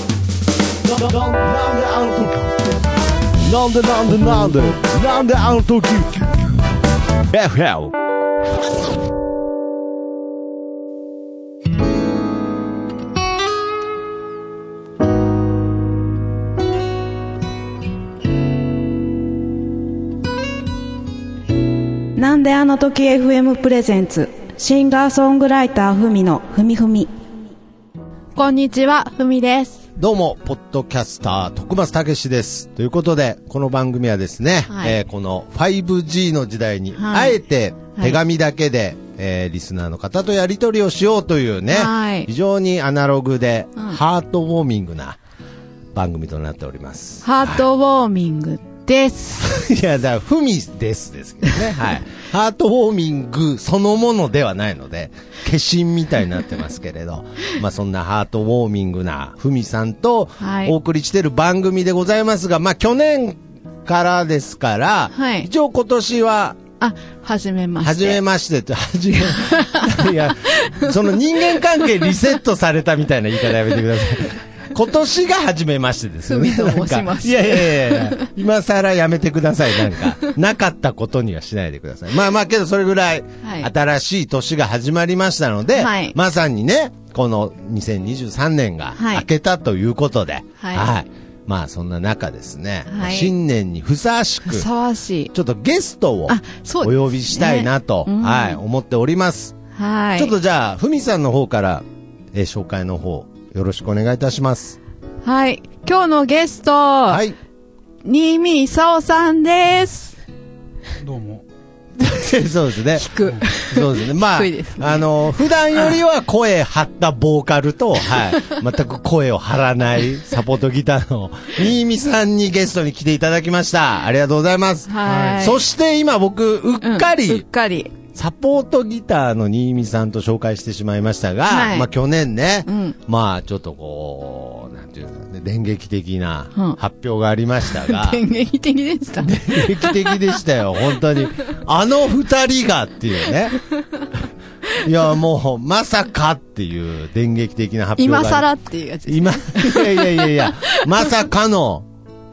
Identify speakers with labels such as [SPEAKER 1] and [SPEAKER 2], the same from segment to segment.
[SPEAKER 1] なんであの時なんでなんでなんでなんであの時 FL
[SPEAKER 2] なんであの時 FM プレゼンツシンガーソングライターふみのふみふみ
[SPEAKER 3] こんにちは、ふみです。
[SPEAKER 1] どうも、ポッドキャスター、徳松たけしです。ということで、この番組はですね、
[SPEAKER 3] はい
[SPEAKER 1] えーこの 5G の時代に、
[SPEAKER 3] は
[SPEAKER 1] あ
[SPEAKER 3] い
[SPEAKER 1] えて
[SPEAKER 3] はい
[SPEAKER 1] 手紙だけで、えーリスナーの方とやり取りをしようというね、
[SPEAKER 3] はい
[SPEAKER 1] 非常にアナログで、
[SPEAKER 3] うん
[SPEAKER 1] ハートウォーミングな番組となっております。
[SPEAKER 3] ハートウォーミングです。
[SPEAKER 1] いや、だから、ふみですですけど ね。はい。ハートウォーミングそのものではないので、化身みたいになってますけれ ど、まあそんなハートウォーミングなふみさんと
[SPEAKER 3] はい
[SPEAKER 1] お送りしてる番組でございますが、まあ去年からですから、
[SPEAKER 3] はい
[SPEAKER 1] 一応今年は、
[SPEAKER 3] あ、はじめまして。
[SPEAKER 1] はじめましてって、はじめ、いや、その人間関係リセットされたみたいな言い方やめてください。今年が初めましてですよね。
[SPEAKER 3] ふみと申し
[SPEAKER 1] なん
[SPEAKER 3] ま
[SPEAKER 1] か
[SPEAKER 3] す
[SPEAKER 1] いやいやいやいや今更やめてください。なんか、なかったことにはしないでください。まあまあ、けどそれぐらい、
[SPEAKER 3] はい
[SPEAKER 1] 新しい年が始まりましたので、
[SPEAKER 3] はい
[SPEAKER 1] まさにね、この2023年が
[SPEAKER 3] はい
[SPEAKER 1] 明けたということで、
[SPEAKER 3] はい
[SPEAKER 1] まあそんな中ですね、
[SPEAKER 3] はい
[SPEAKER 1] 新年にふさわしく
[SPEAKER 3] ふ、さわしい。
[SPEAKER 1] ちょっとゲストを
[SPEAKER 3] あそ
[SPEAKER 1] お
[SPEAKER 3] うですね
[SPEAKER 1] 呼びしたいなと、
[SPEAKER 3] うん
[SPEAKER 1] はい、思っております。
[SPEAKER 3] はい。
[SPEAKER 1] ちょっとじゃあ、ふみさんの方から、えー紹介の方、よろしくお願いいたします。
[SPEAKER 3] はい。今日のゲスト、
[SPEAKER 1] は
[SPEAKER 3] はい、
[SPEAKER 1] い。
[SPEAKER 3] 新見功さんです。
[SPEAKER 4] どうも。
[SPEAKER 1] そうですね。
[SPEAKER 3] く。
[SPEAKER 1] そうですね。まあ、
[SPEAKER 3] 低いですね
[SPEAKER 1] あの、普段よりは声張ったボーカルと、はい。全く声を張らないサポートギターの、新見さんにゲストに来ていただきました。ありがとうございます。
[SPEAKER 3] はい。
[SPEAKER 1] そして今僕、うっ
[SPEAKER 3] うん
[SPEAKER 1] かり、
[SPEAKER 3] うっかり。
[SPEAKER 1] サポートギターの新見さんと紹介してしまいましたが、
[SPEAKER 3] はい
[SPEAKER 1] まあ去年ね、
[SPEAKER 3] うん
[SPEAKER 1] まあちょっとこう、なんていうんですかね、電撃的な
[SPEAKER 3] うん
[SPEAKER 1] 発表がありましたが、
[SPEAKER 3] 電撃的でした。
[SPEAKER 1] 電撃的でしたよ、本当に。あの二人がっていう ね。いや、もう、まさかっていう電撃的な発表があ
[SPEAKER 3] 今
[SPEAKER 1] り。
[SPEAKER 3] 更っていうやつです。
[SPEAKER 1] 今、いやいやいやいや、まさかの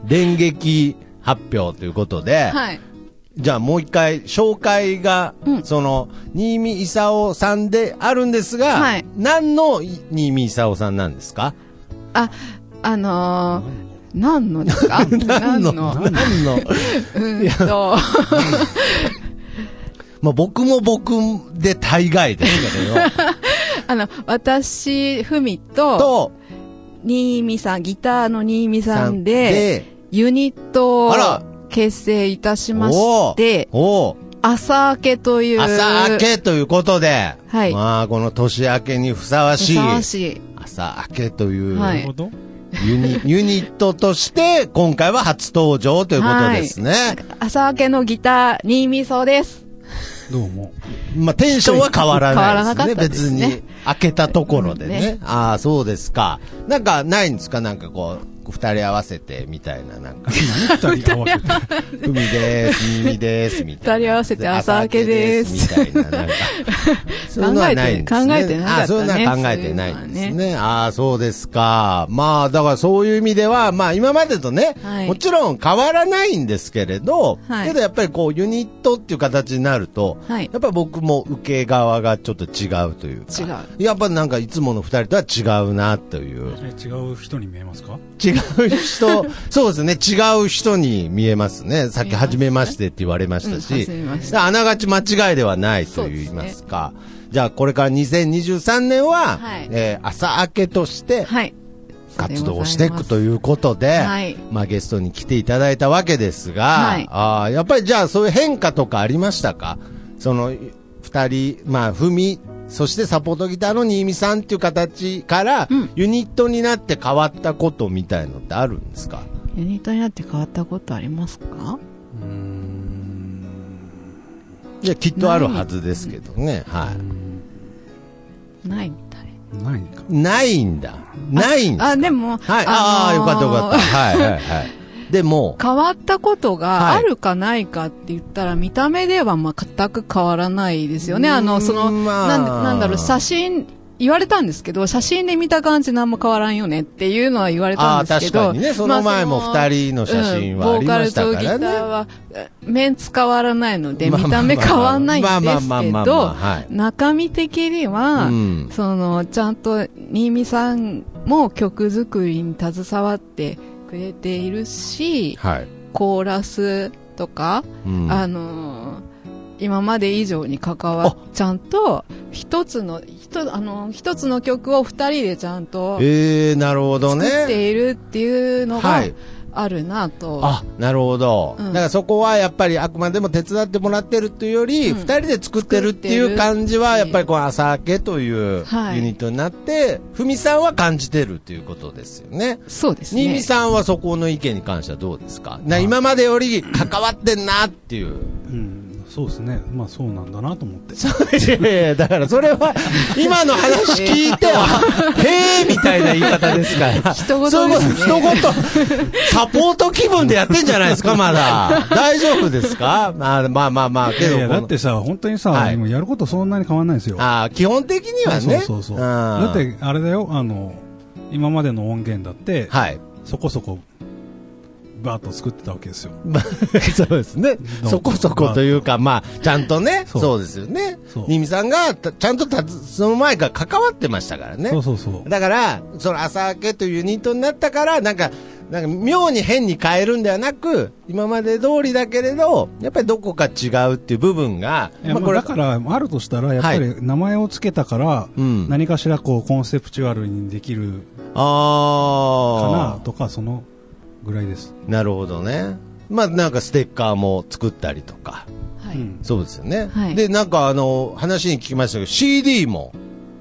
[SPEAKER 1] 電撃発表ということで、
[SPEAKER 3] はい。
[SPEAKER 1] じゃあもう一回、紹介が、
[SPEAKER 3] うん
[SPEAKER 1] その、新見功さんであるんですが、
[SPEAKER 3] はい
[SPEAKER 1] 何の新見功さんなんですか
[SPEAKER 3] あ、あのー、何のです か
[SPEAKER 1] 何の
[SPEAKER 3] 何
[SPEAKER 1] 何の
[SPEAKER 3] うんと、
[SPEAKER 1] まあ僕も僕で大概ですけれど、
[SPEAKER 3] あの、私、ふみ と、
[SPEAKER 1] と、
[SPEAKER 3] 新見さん、ギターの新見さんで、ユニットを
[SPEAKER 1] あら
[SPEAKER 3] 結成いたし
[SPEAKER 1] で、
[SPEAKER 3] まして、
[SPEAKER 1] おーおー
[SPEAKER 3] 朝明けという。
[SPEAKER 1] 朝明けということで、
[SPEAKER 3] はい
[SPEAKER 1] まあこの年明けにふさわし
[SPEAKER 3] ふ
[SPEAKER 1] い
[SPEAKER 3] さ、わしい。
[SPEAKER 1] 朝明けという、
[SPEAKER 3] は
[SPEAKER 4] ないるほど。
[SPEAKER 1] ユニユニットとして、今回は初登場ということですね。
[SPEAKER 3] 朝明けのギター、新見そうです。
[SPEAKER 4] どうも。
[SPEAKER 1] まあ、テンションは変わらないですね。
[SPEAKER 3] 変わらなかったですね
[SPEAKER 1] 別に、開けたところでね。
[SPEAKER 3] うんね
[SPEAKER 1] ああ、そうですか。なんか、ないんですかなんかこう、二人合わせて、みたいな、なんか、
[SPEAKER 4] 何二人合わ せて。
[SPEAKER 1] 海です、耳です、みたいな。
[SPEAKER 3] 二人合わせて朝明けです
[SPEAKER 1] 朝明けですみた いな、なんか。そういうのはないんですね。
[SPEAKER 3] 考えて考えてなか
[SPEAKER 1] ああ
[SPEAKER 3] ったね
[SPEAKER 1] そういうのは考えてないんで
[SPEAKER 3] そう
[SPEAKER 1] す
[SPEAKER 3] いうの
[SPEAKER 1] ね。ああ、そうですか。まあ、だからそういう意味では、まあ、今までとね、
[SPEAKER 3] はい
[SPEAKER 1] もちろん変わらないんですけれど、
[SPEAKER 3] はい
[SPEAKER 1] けどやっぱりこう、ユニットっていう形になると、
[SPEAKER 3] はい
[SPEAKER 1] やっぱり僕も受け側がちょっと違うというか、やっぱなんかいつもの二人とは違うなという。
[SPEAKER 4] え違う人に見えますか
[SPEAKER 1] 違う人、 そうですね、違う人に見えますね。さっき、初めましてって言われました
[SPEAKER 3] うん
[SPEAKER 1] し、
[SPEAKER 3] 初めまして
[SPEAKER 1] あながち間違いではないと言いますか。じゃあ、これから2023年は、
[SPEAKER 3] はい
[SPEAKER 1] えー朝明けとして
[SPEAKER 3] はい。
[SPEAKER 1] 活動をしていくと
[SPEAKER 3] う。
[SPEAKER 1] いうことで、
[SPEAKER 3] はい
[SPEAKER 1] まあ、ゲストに来ていただいたわけですが、
[SPEAKER 3] はい
[SPEAKER 1] あーやっぱりじゃあ、そういう変化とかありましたかその、二人、まあ、ふみ、そしてサポートギターの新見さんっていう形から、
[SPEAKER 3] うん
[SPEAKER 1] ユニットになって変わったことみたいのってあるんですか
[SPEAKER 3] ユニットになって変わったことありますか
[SPEAKER 4] うーん。
[SPEAKER 1] いや、きっとあるはずですけどね。は
[SPEAKER 3] ないみたい。
[SPEAKER 4] ないか。
[SPEAKER 1] い。ないんだ。ないんですか
[SPEAKER 3] あ、でも、
[SPEAKER 1] はい。ああ、よ
[SPEAKER 3] のー
[SPEAKER 1] かったよか った。はいはいはい。でも、
[SPEAKER 3] 変わったことが
[SPEAKER 1] はい
[SPEAKER 3] あるかないかって言ったら、見た目ではまあ全く変わらないですよね。
[SPEAKER 1] うーん
[SPEAKER 3] あの、その、
[SPEAKER 1] まあ
[SPEAKER 3] なんなんだろう、写真言われたんですけど、写真で見た感じ何も変わらんよねっていうのは言われたんですけど。
[SPEAKER 1] あー確かにねその前も二人の写真は
[SPEAKER 3] ま
[SPEAKER 1] ありましたからね
[SPEAKER 3] ボーカルとギターは、えメンツ変わらないので、
[SPEAKER 1] まあまあ
[SPEAKER 3] 見
[SPEAKER 1] まあ
[SPEAKER 3] た目変わんないんです
[SPEAKER 1] まあまあまあま
[SPEAKER 3] け
[SPEAKER 1] あまあ
[SPEAKER 3] ど
[SPEAKER 1] はい、
[SPEAKER 3] 中身的には、
[SPEAKER 1] うん
[SPEAKER 3] その、ちゃんと、新見さんも曲作りに携わってくれているし、
[SPEAKER 1] はい。
[SPEAKER 3] コーラスとか、
[SPEAKER 1] うん
[SPEAKER 3] あのー今まで以上に関わっちゃんと、一つの、一、あのー一つの曲を二人でちゃんと
[SPEAKER 1] えー、なるほど
[SPEAKER 3] 作
[SPEAKER 1] ね。
[SPEAKER 3] っているっていうの
[SPEAKER 1] は
[SPEAKER 3] が
[SPEAKER 1] い
[SPEAKER 3] あるなと。
[SPEAKER 1] あ、なるほど。
[SPEAKER 3] うん
[SPEAKER 1] だからそこはやっぱりあくまでも手伝ってもらってるというより、二、
[SPEAKER 3] うん
[SPEAKER 1] 人で作ってるっていう感じは、やっぱりこの朝明けというユニ
[SPEAKER 3] はい
[SPEAKER 1] ットになって、ふみさんは感じてるということですよね。
[SPEAKER 3] そうです
[SPEAKER 1] 新見
[SPEAKER 3] ね。
[SPEAKER 1] さんはそこの意見に関してはどうですか、な今までより関わってんなっていう。
[SPEAKER 4] うん、そうですね。まあそうなんだなと思って。
[SPEAKER 1] いやいやいやだからそれは、今の話聞いて は、へえみたいな言い方ですから。
[SPEAKER 3] 人事
[SPEAKER 1] そういうこと、
[SPEAKER 3] ですね
[SPEAKER 1] 人事、サポート気分でやってんじゃないですか、ま だ。大丈夫ですかまあまあまあまあ、
[SPEAKER 4] い
[SPEAKER 1] け
[SPEAKER 4] や
[SPEAKER 1] ど
[SPEAKER 4] いや、
[SPEAKER 1] この
[SPEAKER 4] だってさ、本当にさ、
[SPEAKER 1] はい
[SPEAKER 4] 今やることそんなに変わんないんですよ。
[SPEAKER 1] ああ、基本的にはね。
[SPEAKER 4] そうそうそうそう。
[SPEAKER 1] ん
[SPEAKER 4] だっ、て、あれだよ、あの、今までの音源だって、
[SPEAKER 1] はい。
[SPEAKER 4] そこそこ、バーッと作ってたわけですよ。
[SPEAKER 1] まあそうですね。そこそこというか、まあ、ちゃんとね、
[SPEAKER 4] そう
[SPEAKER 1] そうですよね
[SPEAKER 4] そう。
[SPEAKER 1] ニミさんが、たちゃんとたずその前から関わってましたからね。
[SPEAKER 4] そうそうそう。
[SPEAKER 1] だから、その朝明けというユニットになったから、なんか、なんか妙に変に変えるんではなく、今まで通りだけれど、やっぱりどこか違うっていう部分が、
[SPEAKER 4] いやまあ、
[SPEAKER 1] これ
[SPEAKER 4] だから、あるとしたら、やっぱり名前をつけたから、
[SPEAKER 1] うん
[SPEAKER 4] 何かしらこうコンセプチュアルにできるかな
[SPEAKER 1] あ
[SPEAKER 4] とか、そのぐらいです。
[SPEAKER 1] あ、なるほどね。まあなんかステッカーも作ったりとか、
[SPEAKER 3] は
[SPEAKER 4] う
[SPEAKER 3] い。
[SPEAKER 4] ん
[SPEAKER 1] そうですよね。
[SPEAKER 3] はい
[SPEAKER 1] で、なんかあの、話に聞きましたけど、CD も、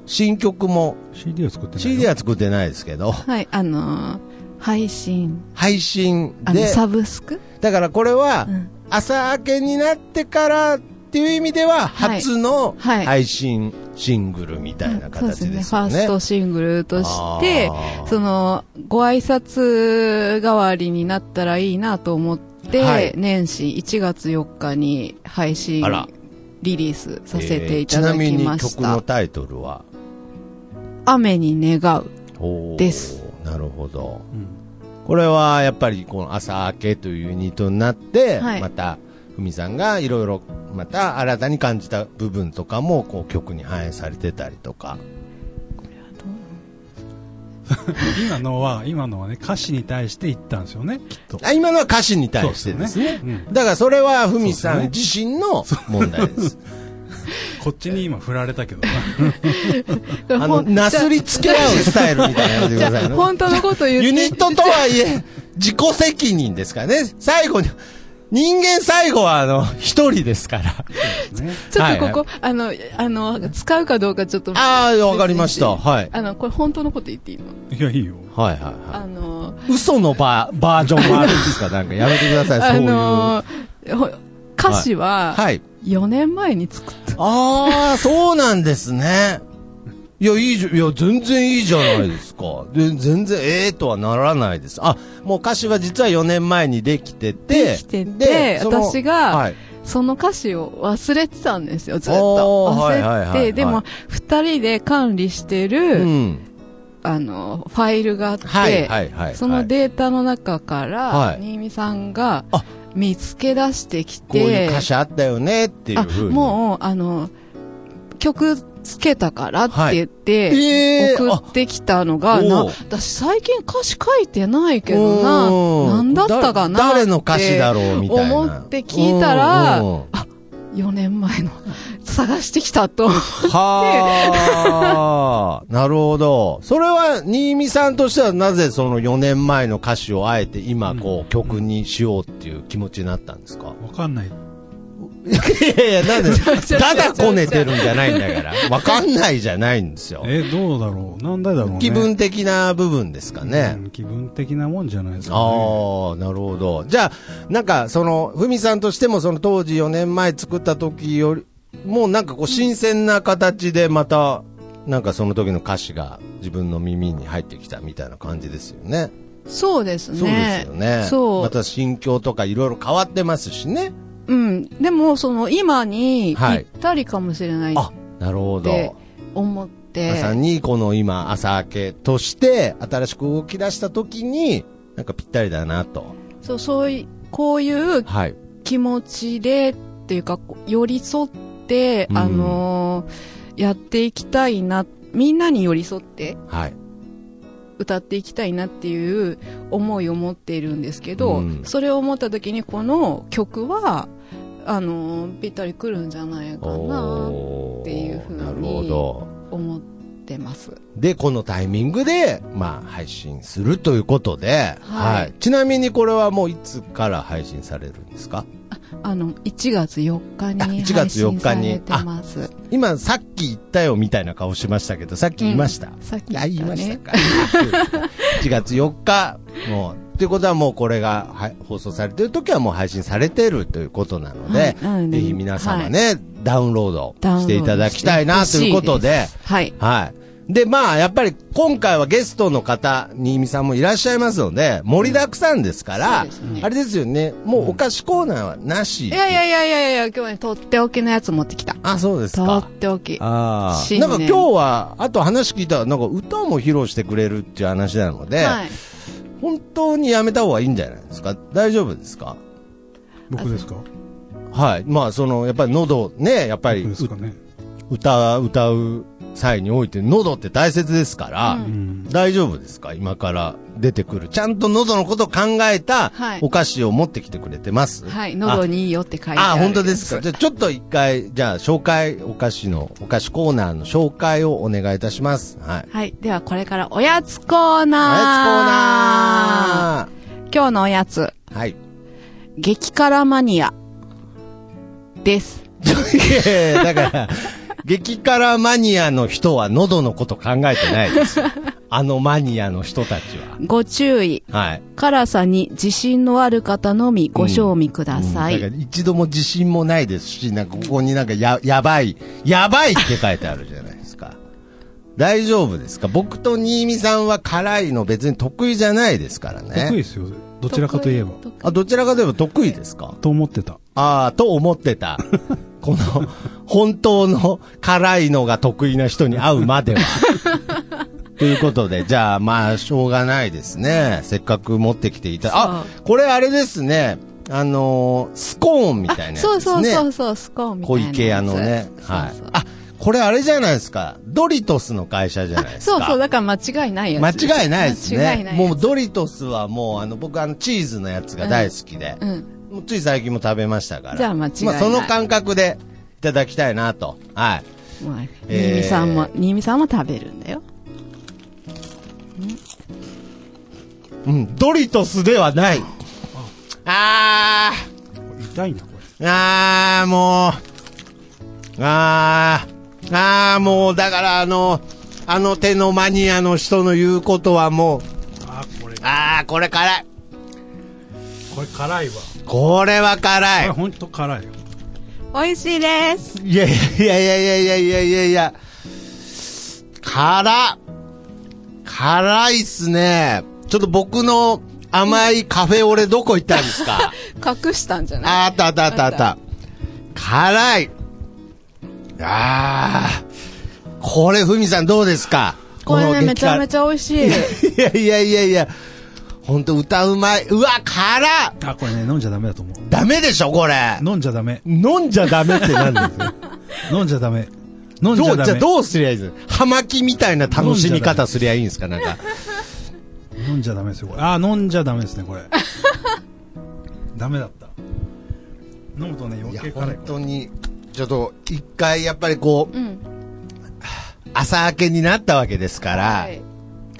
[SPEAKER 1] 新曲も、
[SPEAKER 4] CD を作ってないよ
[SPEAKER 1] CD は作ってないですけど、
[SPEAKER 3] はい、あのー配信、
[SPEAKER 1] 配信
[SPEAKER 3] あの、
[SPEAKER 1] で、
[SPEAKER 3] サブスク
[SPEAKER 1] だからこれは
[SPEAKER 3] うん、
[SPEAKER 1] 朝明けになってからっていう意味では、
[SPEAKER 3] はい
[SPEAKER 1] 初の
[SPEAKER 3] はい
[SPEAKER 1] 配信シングルみたいな形です
[SPEAKER 3] そう
[SPEAKER 1] よ
[SPEAKER 3] ですね。ファース
[SPEAKER 1] ね。
[SPEAKER 3] トシングルとして
[SPEAKER 1] あー、
[SPEAKER 3] その、ご挨拶代わりになったらいいなと思って、
[SPEAKER 1] はい
[SPEAKER 3] 年始1月4日に配信
[SPEAKER 1] あら、
[SPEAKER 3] リリースさせて
[SPEAKER 1] えー
[SPEAKER 3] い
[SPEAKER 1] ち
[SPEAKER 3] た
[SPEAKER 1] な
[SPEAKER 3] だ
[SPEAKER 1] み
[SPEAKER 3] き
[SPEAKER 1] に
[SPEAKER 3] まし
[SPEAKER 1] 曲
[SPEAKER 3] た。
[SPEAKER 1] のタイトルは、
[SPEAKER 3] 雨に願う。
[SPEAKER 1] おー
[SPEAKER 3] です。
[SPEAKER 1] なるほど。
[SPEAKER 4] うん
[SPEAKER 1] これはやっぱりこの朝明けというユニットになって、
[SPEAKER 3] はい
[SPEAKER 1] また、ふみさんがいろいろまた新たに感じた部分とかもこう曲に反映されてたりとか。
[SPEAKER 4] 今のは、今のはね、歌詞に対して言ったんですよね、きっと。
[SPEAKER 1] あ今のは歌詞に対して
[SPEAKER 4] そう
[SPEAKER 1] で
[SPEAKER 4] ですす
[SPEAKER 1] ね。
[SPEAKER 4] よねうん
[SPEAKER 1] だからそれはふみ
[SPEAKER 4] そ
[SPEAKER 1] さ
[SPEAKER 4] うで
[SPEAKER 1] ん
[SPEAKER 4] す
[SPEAKER 1] 自身の問題です。
[SPEAKER 4] こっちに今振られた けどな。
[SPEAKER 1] あの、なすりつけ合うスタイルみたいなやめてく
[SPEAKER 3] じゃ
[SPEAKER 1] だ
[SPEAKER 3] あ
[SPEAKER 1] さいね。
[SPEAKER 3] 本当のこと言って。
[SPEAKER 1] ユニットとはいえ、自己責任ですからね。最後に、人間最後はあの、一人ですから。
[SPEAKER 4] ね
[SPEAKER 3] ちょっと
[SPEAKER 1] はい
[SPEAKER 3] ここ、あの、あの、使うかどうかちょっと。
[SPEAKER 1] ああ、わかりました。はい。
[SPEAKER 3] あの、これ本当のこと言っていいの
[SPEAKER 4] いや、いいよ。
[SPEAKER 1] はいはいは
[SPEAKER 3] あの、
[SPEAKER 1] い。嘘のバーバージョンもあるんですかなんかやめてください、そう
[SPEAKER 3] あ
[SPEAKER 1] いう。
[SPEAKER 3] の、ほ歌詞は、
[SPEAKER 1] はい。
[SPEAKER 3] 4年前に作った。
[SPEAKER 1] ああ、そうなんですね。いや、いいじゃ、いや、全然いいじゃないですか。で全然、ええとはならないです。あ、もう歌詞は実は4年前にできてて。
[SPEAKER 3] できてて
[SPEAKER 1] その
[SPEAKER 3] 私が
[SPEAKER 1] はい。
[SPEAKER 3] その歌詞を忘れてたんですよ、ずっ
[SPEAKER 1] お
[SPEAKER 3] と。
[SPEAKER 1] ー
[SPEAKER 3] 忘れて、
[SPEAKER 1] はいはいはいはい
[SPEAKER 3] でも、二人で管理してる、
[SPEAKER 1] うん。
[SPEAKER 3] あの、ファイルがあって、
[SPEAKER 1] はいはいはいはい
[SPEAKER 3] そのデータの中から、
[SPEAKER 1] はい
[SPEAKER 3] 新見さんが
[SPEAKER 1] あ
[SPEAKER 3] 見つけ出してき
[SPEAKER 1] こういう
[SPEAKER 3] て、
[SPEAKER 1] 歌詞あったよねっていう
[SPEAKER 3] あ
[SPEAKER 1] ふうに。
[SPEAKER 3] もう、あの、曲つけたからって言
[SPEAKER 1] う
[SPEAKER 3] って、
[SPEAKER 1] ええー、
[SPEAKER 3] 送ってきたのが、
[SPEAKER 1] あ
[SPEAKER 3] な
[SPEAKER 1] おう
[SPEAKER 3] 私最近歌詞書いてないけどな、
[SPEAKER 1] う
[SPEAKER 3] なんだったかな
[SPEAKER 1] だ
[SPEAKER 3] って
[SPEAKER 1] 誰の歌詞だろうみたいな。
[SPEAKER 3] 思って聞いたら
[SPEAKER 1] うんうん
[SPEAKER 3] 4年前の探してきたと。
[SPEAKER 1] はあ、なるほど。それは、新見さんとしてはなぜその4年前の歌詞をあえて今こう曲にしようっていう気持ちになったんですか
[SPEAKER 4] わかんない。
[SPEAKER 1] いやいや、なんで、
[SPEAKER 3] ちょ
[SPEAKER 1] ただこねてるんじゃないんだから。わかんないじゃないんですよ。
[SPEAKER 4] え、どうだろうなんだだろうね。
[SPEAKER 1] 気分的な部分ですかね
[SPEAKER 4] う。ん気分的なもんじゃないですか、ね。
[SPEAKER 1] ああ、なるほど。じゃあ、なんか、その、ふみさんとしても、その当時4年前作った時より、もうなんかこう、新鮮な形でまた、なんかその時の歌詞が自分の耳に入ってきたみたいな感じですよね。
[SPEAKER 3] そうですね。
[SPEAKER 1] そうですよね。
[SPEAKER 3] そう
[SPEAKER 1] また心境とかいろいろ変わってますしね。
[SPEAKER 3] うん。でも、その、今にぴ
[SPEAKER 1] はい
[SPEAKER 3] ったりかもしれないっ
[SPEAKER 1] あ、なるほど。
[SPEAKER 3] て思って、て、
[SPEAKER 1] まさにこの今、朝明けとして、新しく動き出した時に、なんかぴったりだなと。
[SPEAKER 3] そう、そういこういう
[SPEAKER 1] はい。
[SPEAKER 3] 気持ちで、っていうか、こう寄り添って、
[SPEAKER 1] うん
[SPEAKER 3] あのーやっていきたいな、みんなに寄り添って
[SPEAKER 1] はい。
[SPEAKER 3] 歌っていきたいなっていう思いを持っているんですけど、
[SPEAKER 1] うん
[SPEAKER 3] それを思った時にこの曲は、あのーぴったりくるんじゃないかな、
[SPEAKER 1] おー
[SPEAKER 3] っていうふうに
[SPEAKER 1] なるほど。
[SPEAKER 3] 思ってます。
[SPEAKER 1] で、このタイミングで、まあ、配信するということで、
[SPEAKER 3] はい
[SPEAKER 1] ちなみにこれはもういつから配信されるんですか
[SPEAKER 3] あの、1月4日
[SPEAKER 1] あ
[SPEAKER 3] に
[SPEAKER 1] 1
[SPEAKER 3] 配
[SPEAKER 1] 月4
[SPEAKER 3] 信
[SPEAKER 1] 日
[SPEAKER 3] さ
[SPEAKER 1] に
[SPEAKER 3] れてます。
[SPEAKER 1] 今、さっき言ったよみたいな顔しましたけど、さっき言いました、
[SPEAKER 3] さっき
[SPEAKER 1] あ言い
[SPEAKER 3] 言
[SPEAKER 1] ま
[SPEAKER 3] った
[SPEAKER 1] した
[SPEAKER 3] ね。
[SPEAKER 1] か。1月4日、もう、ってことはもうこれがはい放送されてる時はもう配信されてるということなので、
[SPEAKER 3] はいうん
[SPEAKER 1] ぜひ皆様ね、ダウンロード
[SPEAKER 3] ダウンロード
[SPEAKER 1] していただきたいなということで、
[SPEAKER 3] してほしいすはい。
[SPEAKER 1] はい。で、まあ、やっぱり今回はゲストの方、新見さんもいらっしゃいますので、盛りだくさんですから、
[SPEAKER 3] そうですね
[SPEAKER 1] あれですよね、もうお菓子コーナーはなし。
[SPEAKER 3] いやいやいやいやいや、今日はね、とっておきのやつ持ってきた。
[SPEAKER 1] あ、そうです
[SPEAKER 3] と
[SPEAKER 1] か
[SPEAKER 3] っ。ておき。
[SPEAKER 1] ああ。
[SPEAKER 3] 新
[SPEAKER 1] なんか
[SPEAKER 3] 年
[SPEAKER 1] 今日は、あと話聞いたら、なんか歌も披露してくれるっていう話なので、
[SPEAKER 3] はい。
[SPEAKER 1] 本当にやめた方がいいんじゃないですか大丈夫ですか
[SPEAKER 4] 僕ですか
[SPEAKER 1] はい。まあ、その、やっぱり喉、ね、やっぱり
[SPEAKER 4] 僕ですかね。
[SPEAKER 1] う歌、歌う際において、喉って大切ですから、
[SPEAKER 3] う
[SPEAKER 4] うん。
[SPEAKER 1] 大丈夫ですか今から出てくる。ちゃんと喉のことを考えた
[SPEAKER 3] はい
[SPEAKER 1] お菓子を持ってきてくれてます。
[SPEAKER 3] はい。喉にいいよって書いて
[SPEAKER 1] あ
[SPEAKER 3] あ
[SPEAKER 1] あ、
[SPEAKER 3] る。
[SPEAKER 1] 本当ですか。じゃあちょっと一回、じゃあ紹介、お菓子の、お菓子コーナーの紹介をお願いいたします。はい。
[SPEAKER 3] はい。ではこれからおやつコー
[SPEAKER 1] お
[SPEAKER 3] ナー。
[SPEAKER 1] やつコ
[SPEAKER 3] おやつコーナー。今日のおやつ、
[SPEAKER 1] ーナー。はい。
[SPEAKER 3] 激辛マニアです。
[SPEAKER 1] いやいやだから、 激辛マニアの人は喉のこと考えてないです。あのマニアの人たちは。
[SPEAKER 3] ご注意。
[SPEAKER 1] はい。
[SPEAKER 3] 辛さに自信のある方のみご賞味くださ
[SPEAKER 1] うん
[SPEAKER 3] い。
[SPEAKER 1] だから一度も自信もないですし、なんかここになんかや、やばい、やばいって書いてあるじゃないですか。大丈夫ですか僕と新見さんは辛いの別に得意じゃないですから
[SPEAKER 4] 得
[SPEAKER 1] ね。
[SPEAKER 4] 意ですよ。どちらかといえば。
[SPEAKER 3] 得意得意
[SPEAKER 1] あ、どちらかといえば得意ですか
[SPEAKER 4] と思ってた。
[SPEAKER 1] ああ、と思って た。この、本当の辛いのが得意な人に会うまで は。ということで、じゃあまあ、しょうがないですね。せっかく持ってきていた。あ、これあれですね。あのースコーンみたいなやつ
[SPEAKER 3] そ
[SPEAKER 1] で
[SPEAKER 3] う
[SPEAKER 1] すね。
[SPEAKER 3] そうそうそう、スコーンみたい
[SPEAKER 1] 小
[SPEAKER 3] なやつ。
[SPEAKER 1] 池屋のね。はい
[SPEAKER 3] そうそう。
[SPEAKER 1] あ、これあれじゃないですか。ドリトスの会社じゃないです
[SPEAKER 3] そ
[SPEAKER 1] か。
[SPEAKER 3] うそう、だから間違いないや
[SPEAKER 1] 間
[SPEAKER 3] つ。
[SPEAKER 1] 違いないですね。
[SPEAKER 3] 間違いないやつ
[SPEAKER 1] もうドリトスはもう、あの、僕あの、チーズのやつが大好きで。
[SPEAKER 3] うん。
[SPEAKER 1] もうつい最近も食べましたから。
[SPEAKER 3] じゃあ間違いない
[SPEAKER 1] まあ、その感覚でいただきたいなと。はい。
[SPEAKER 3] まあ、新
[SPEAKER 1] えー
[SPEAKER 3] 見さんも、新見さんも食べるんだよ。
[SPEAKER 1] うん、ドリトスではない。あ
[SPEAKER 4] 痛いな、こ
[SPEAKER 1] ー、あー、もう、あー、あー、もう、だからあの、あの手のマニアの人の言うことはもう、
[SPEAKER 4] れ。あ、これ、
[SPEAKER 1] あー、これ辛い。
[SPEAKER 4] これ辛いわ。
[SPEAKER 1] これは
[SPEAKER 4] こ
[SPEAKER 1] 辛
[SPEAKER 4] れ
[SPEAKER 1] い。
[SPEAKER 4] ほんと辛いよ。
[SPEAKER 3] 美味しいです。
[SPEAKER 1] いやいやいやいやいやいやいやいや。辛っ辛いっすね。ちょっと僕の甘いカフェオレどこ行ったんです か
[SPEAKER 3] 隠したんじゃない
[SPEAKER 1] ああったあったあったあった。辛いああ。これ、ふみさんどうですか
[SPEAKER 3] これね、めちゃめ
[SPEAKER 1] ち
[SPEAKER 3] ちゃ美味しい。
[SPEAKER 1] ゃ。いやいやいやいや。ほんと歌うまい。うわ、辛っ
[SPEAKER 4] あ、これね、飲んじゃダメだと思う。
[SPEAKER 1] ダメでしょ、これ。
[SPEAKER 4] 飲んじゃダメ。
[SPEAKER 1] 飲んじゃダメってなんですよ。
[SPEAKER 4] 飲んじゃダメ。飲んじ
[SPEAKER 1] ど
[SPEAKER 4] ゃ
[SPEAKER 1] う、
[SPEAKER 4] ダ
[SPEAKER 1] じゃあ
[SPEAKER 4] メ。
[SPEAKER 1] どうすりゃいいですか葉巻みたいな楽しみ方すりゃいいんですかなんか。
[SPEAKER 4] 飲んじゃダメですよ、これ。あ、飲んじゃダメですね、これ。 ダメだった。飲むとね、
[SPEAKER 1] い
[SPEAKER 4] 余
[SPEAKER 1] や
[SPEAKER 4] 計、辛
[SPEAKER 1] 本
[SPEAKER 4] い。これ
[SPEAKER 1] 当に、ちょっと、一回やっぱりこう、
[SPEAKER 3] うん。
[SPEAKER 1] 朝明けになったわけですから、
[SPEAKER 3] はい。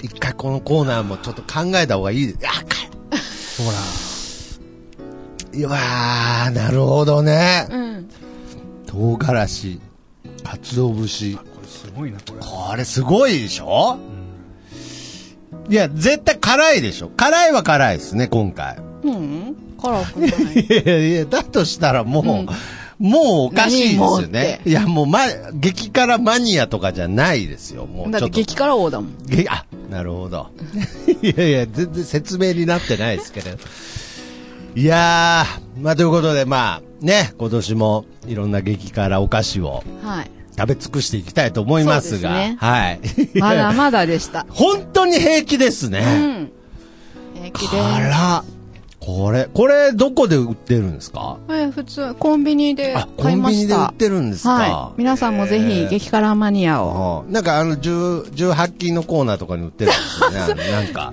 [SPEAKER 1] 一回このコーナーもちょっと考えた方がいい。あ、か
[SPEAKER 4] ほら。
[SPEAKER 1] いやー、なるほどね。
[SPEAKER 3] うん。
[SPEAKER 1] 唐辛子、鰹節。
[SPEAKER 4] これすごいな、これ。
[SPEAKER 1] これすごいでしょ、いや、絶対辛いでしょ辛いは辛いですね、今回。
[SPEAKER 3] うん辛くないい。
[SPEAKER 1] やいやいや、だとしたらもう、もうおかしいですよ
[SPEAKER 3] 何も
[SPEAKER 1] ね
[SPEAKER 3] っ。て
[SPEAKER 1] いや、もう、ま、激辛マニアとかじゃないですよ。もう
[SPEAKER 3] だっ
[SPEAKER 1] ちょ
[SPEAKER 3] て
[SPEAKER 1] っと。
[SPEAKER 3] 激辛王だもん。
[SPEAKER 1] げあ、なるほど。 いやいや、全然説明になってないですけど。いやー、まあ、ということで、まあ、ね、今年もいろんな激辛お菓子を
[SPEAKER 3] はい。
[SPEAKER 1] 食べ尽くしていきたいと思いますが、
[SPEAKER 3] そうですね
[SPEAKER 1] はい。
[SPEAKER 3] まだまだでした。
[SPEAKER 1] 本当に平気ですね。
[SPEAKER 3] うん。平気で。
[SPEAKER 1] から、これ、これ、どこで売ってるんですか
[SPEAKER 3] これ普通、コンビニで
[SPEAKER 1] あ、コ
[SPEAKER 3] 買い
[SPEAKER 1] ン
[SPEAKER 3] ま
[SPEAKER 1] ビニ
[SPEAKER 3] し
[SPEAKER 1] で売
[SPEAKER 3] た
[SPEAKER 1] っ。てるんですか、
[SPEAKER 3] はい。皆さんもぜひ、激辛マニアを。
[SPEAKER 1] うんなんかあの、10 18金のコーナーとかに売ってるんです よね。あのなんか、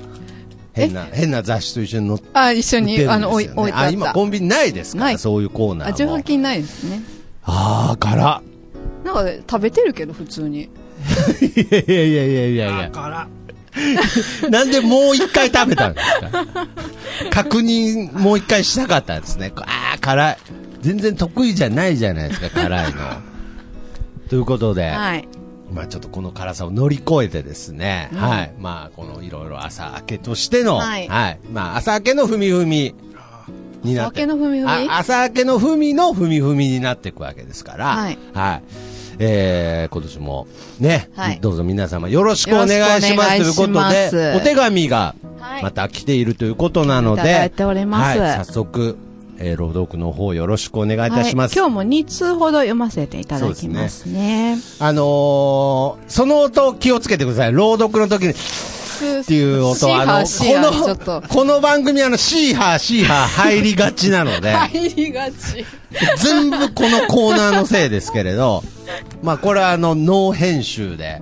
[SPEAKER 1] 変な、変な雑誌と一緒に載って
[SPEAKER 3] あ、一緒
[SPEAKER 1] 売ってるんです
[SPEAKER 3] に、
[SPEAKER 1] よ、ね。
[SPEAKER 3] あの、置い置いてあ
[SPEAKER 1] あ、
[SPEAKER 3] っ
[SPEAKER 1] 今
[SPEAKER 3] た。
[SPEAKER 1] コンビニないですか
[SPEAKER 3] な
[SPEAKER 1] ら、
[SPEAKER 3] い
[SPEAKER 1] そういうコーナ
[SPEAKER 3] あ、
[SPEAKER 1] ー
[SPEAKER 3] 上
[SPEAKER 1] も
[SPEAKER 3] 半。金ないですね。
[SPEAKER 1] ああ、から。
[SPEAKER 3] なんか食べてるけど、普通に。
[SPEAKER 1] いやいやいやいやいや
[SPEAKER 4] だから
[SPEAKER 1] なんでもう一回食べたんですか 確認もう一回したかったんですね。ああ、辛い。全然得意じゃないじゃないですか、辛いの。 ということで、
[SPEAKER 3] はい。
[SPEAKER 1] まあちょっとこの辛さを乗り越えてですね、はい。まあこのいろいろ朝明けとしての、は、
[SPEAKER 3] はいい
[SPEAKER 1] まあ朝明けのふみふみになっ
[SPEAKER 3] 朝明
[SPEAKER 1] て
[SPEAKER 3] けのふみふみ
[SPEAKER 1] あ朝明けのふみのふみふみになっていくわけですから、
[SPEAKER 3] はい
[SPEAKER 1] はい。えー、今年もね、
[SPEAKER 3] はい
[SPEAKER 1] どうぞ皆様よろしくお願いしますとい
[SPEAKER 3] よろ
[SPEAKER 1] う
[SPEAKER 3] しく
[SPEAKER 1] こ
[SPEAKER 3] お
[SPEAKER 1] と
[SPEAKER 3] 願いします
[SPEAKER 1] で、お手紙が
[SPEAKER 3] はい
[SPEAKER 1] また来ているということなので、
[SPEAKER 3] いただいております
[SPEAKER 1] はい、早速、えー、朗読の方よろしくお願いいたします。
[SPEAKER 3] はい今日も2通ほど読ませていただきますね。
[SPEAKER 1] あのー、その音気をつけてください。朗読の時に、っていう音は、あの、
[SPEAKER 3] シーハーシーハーちょっ
[SPEAKER 1] ことの、この番組あの、シーハー、シーハー入りがちなので、
[SPEAKER 3] 入りがち。
[SPEAKER 1] 全部このコーナーのせいですけれど、まあこれはあの、ノー編集で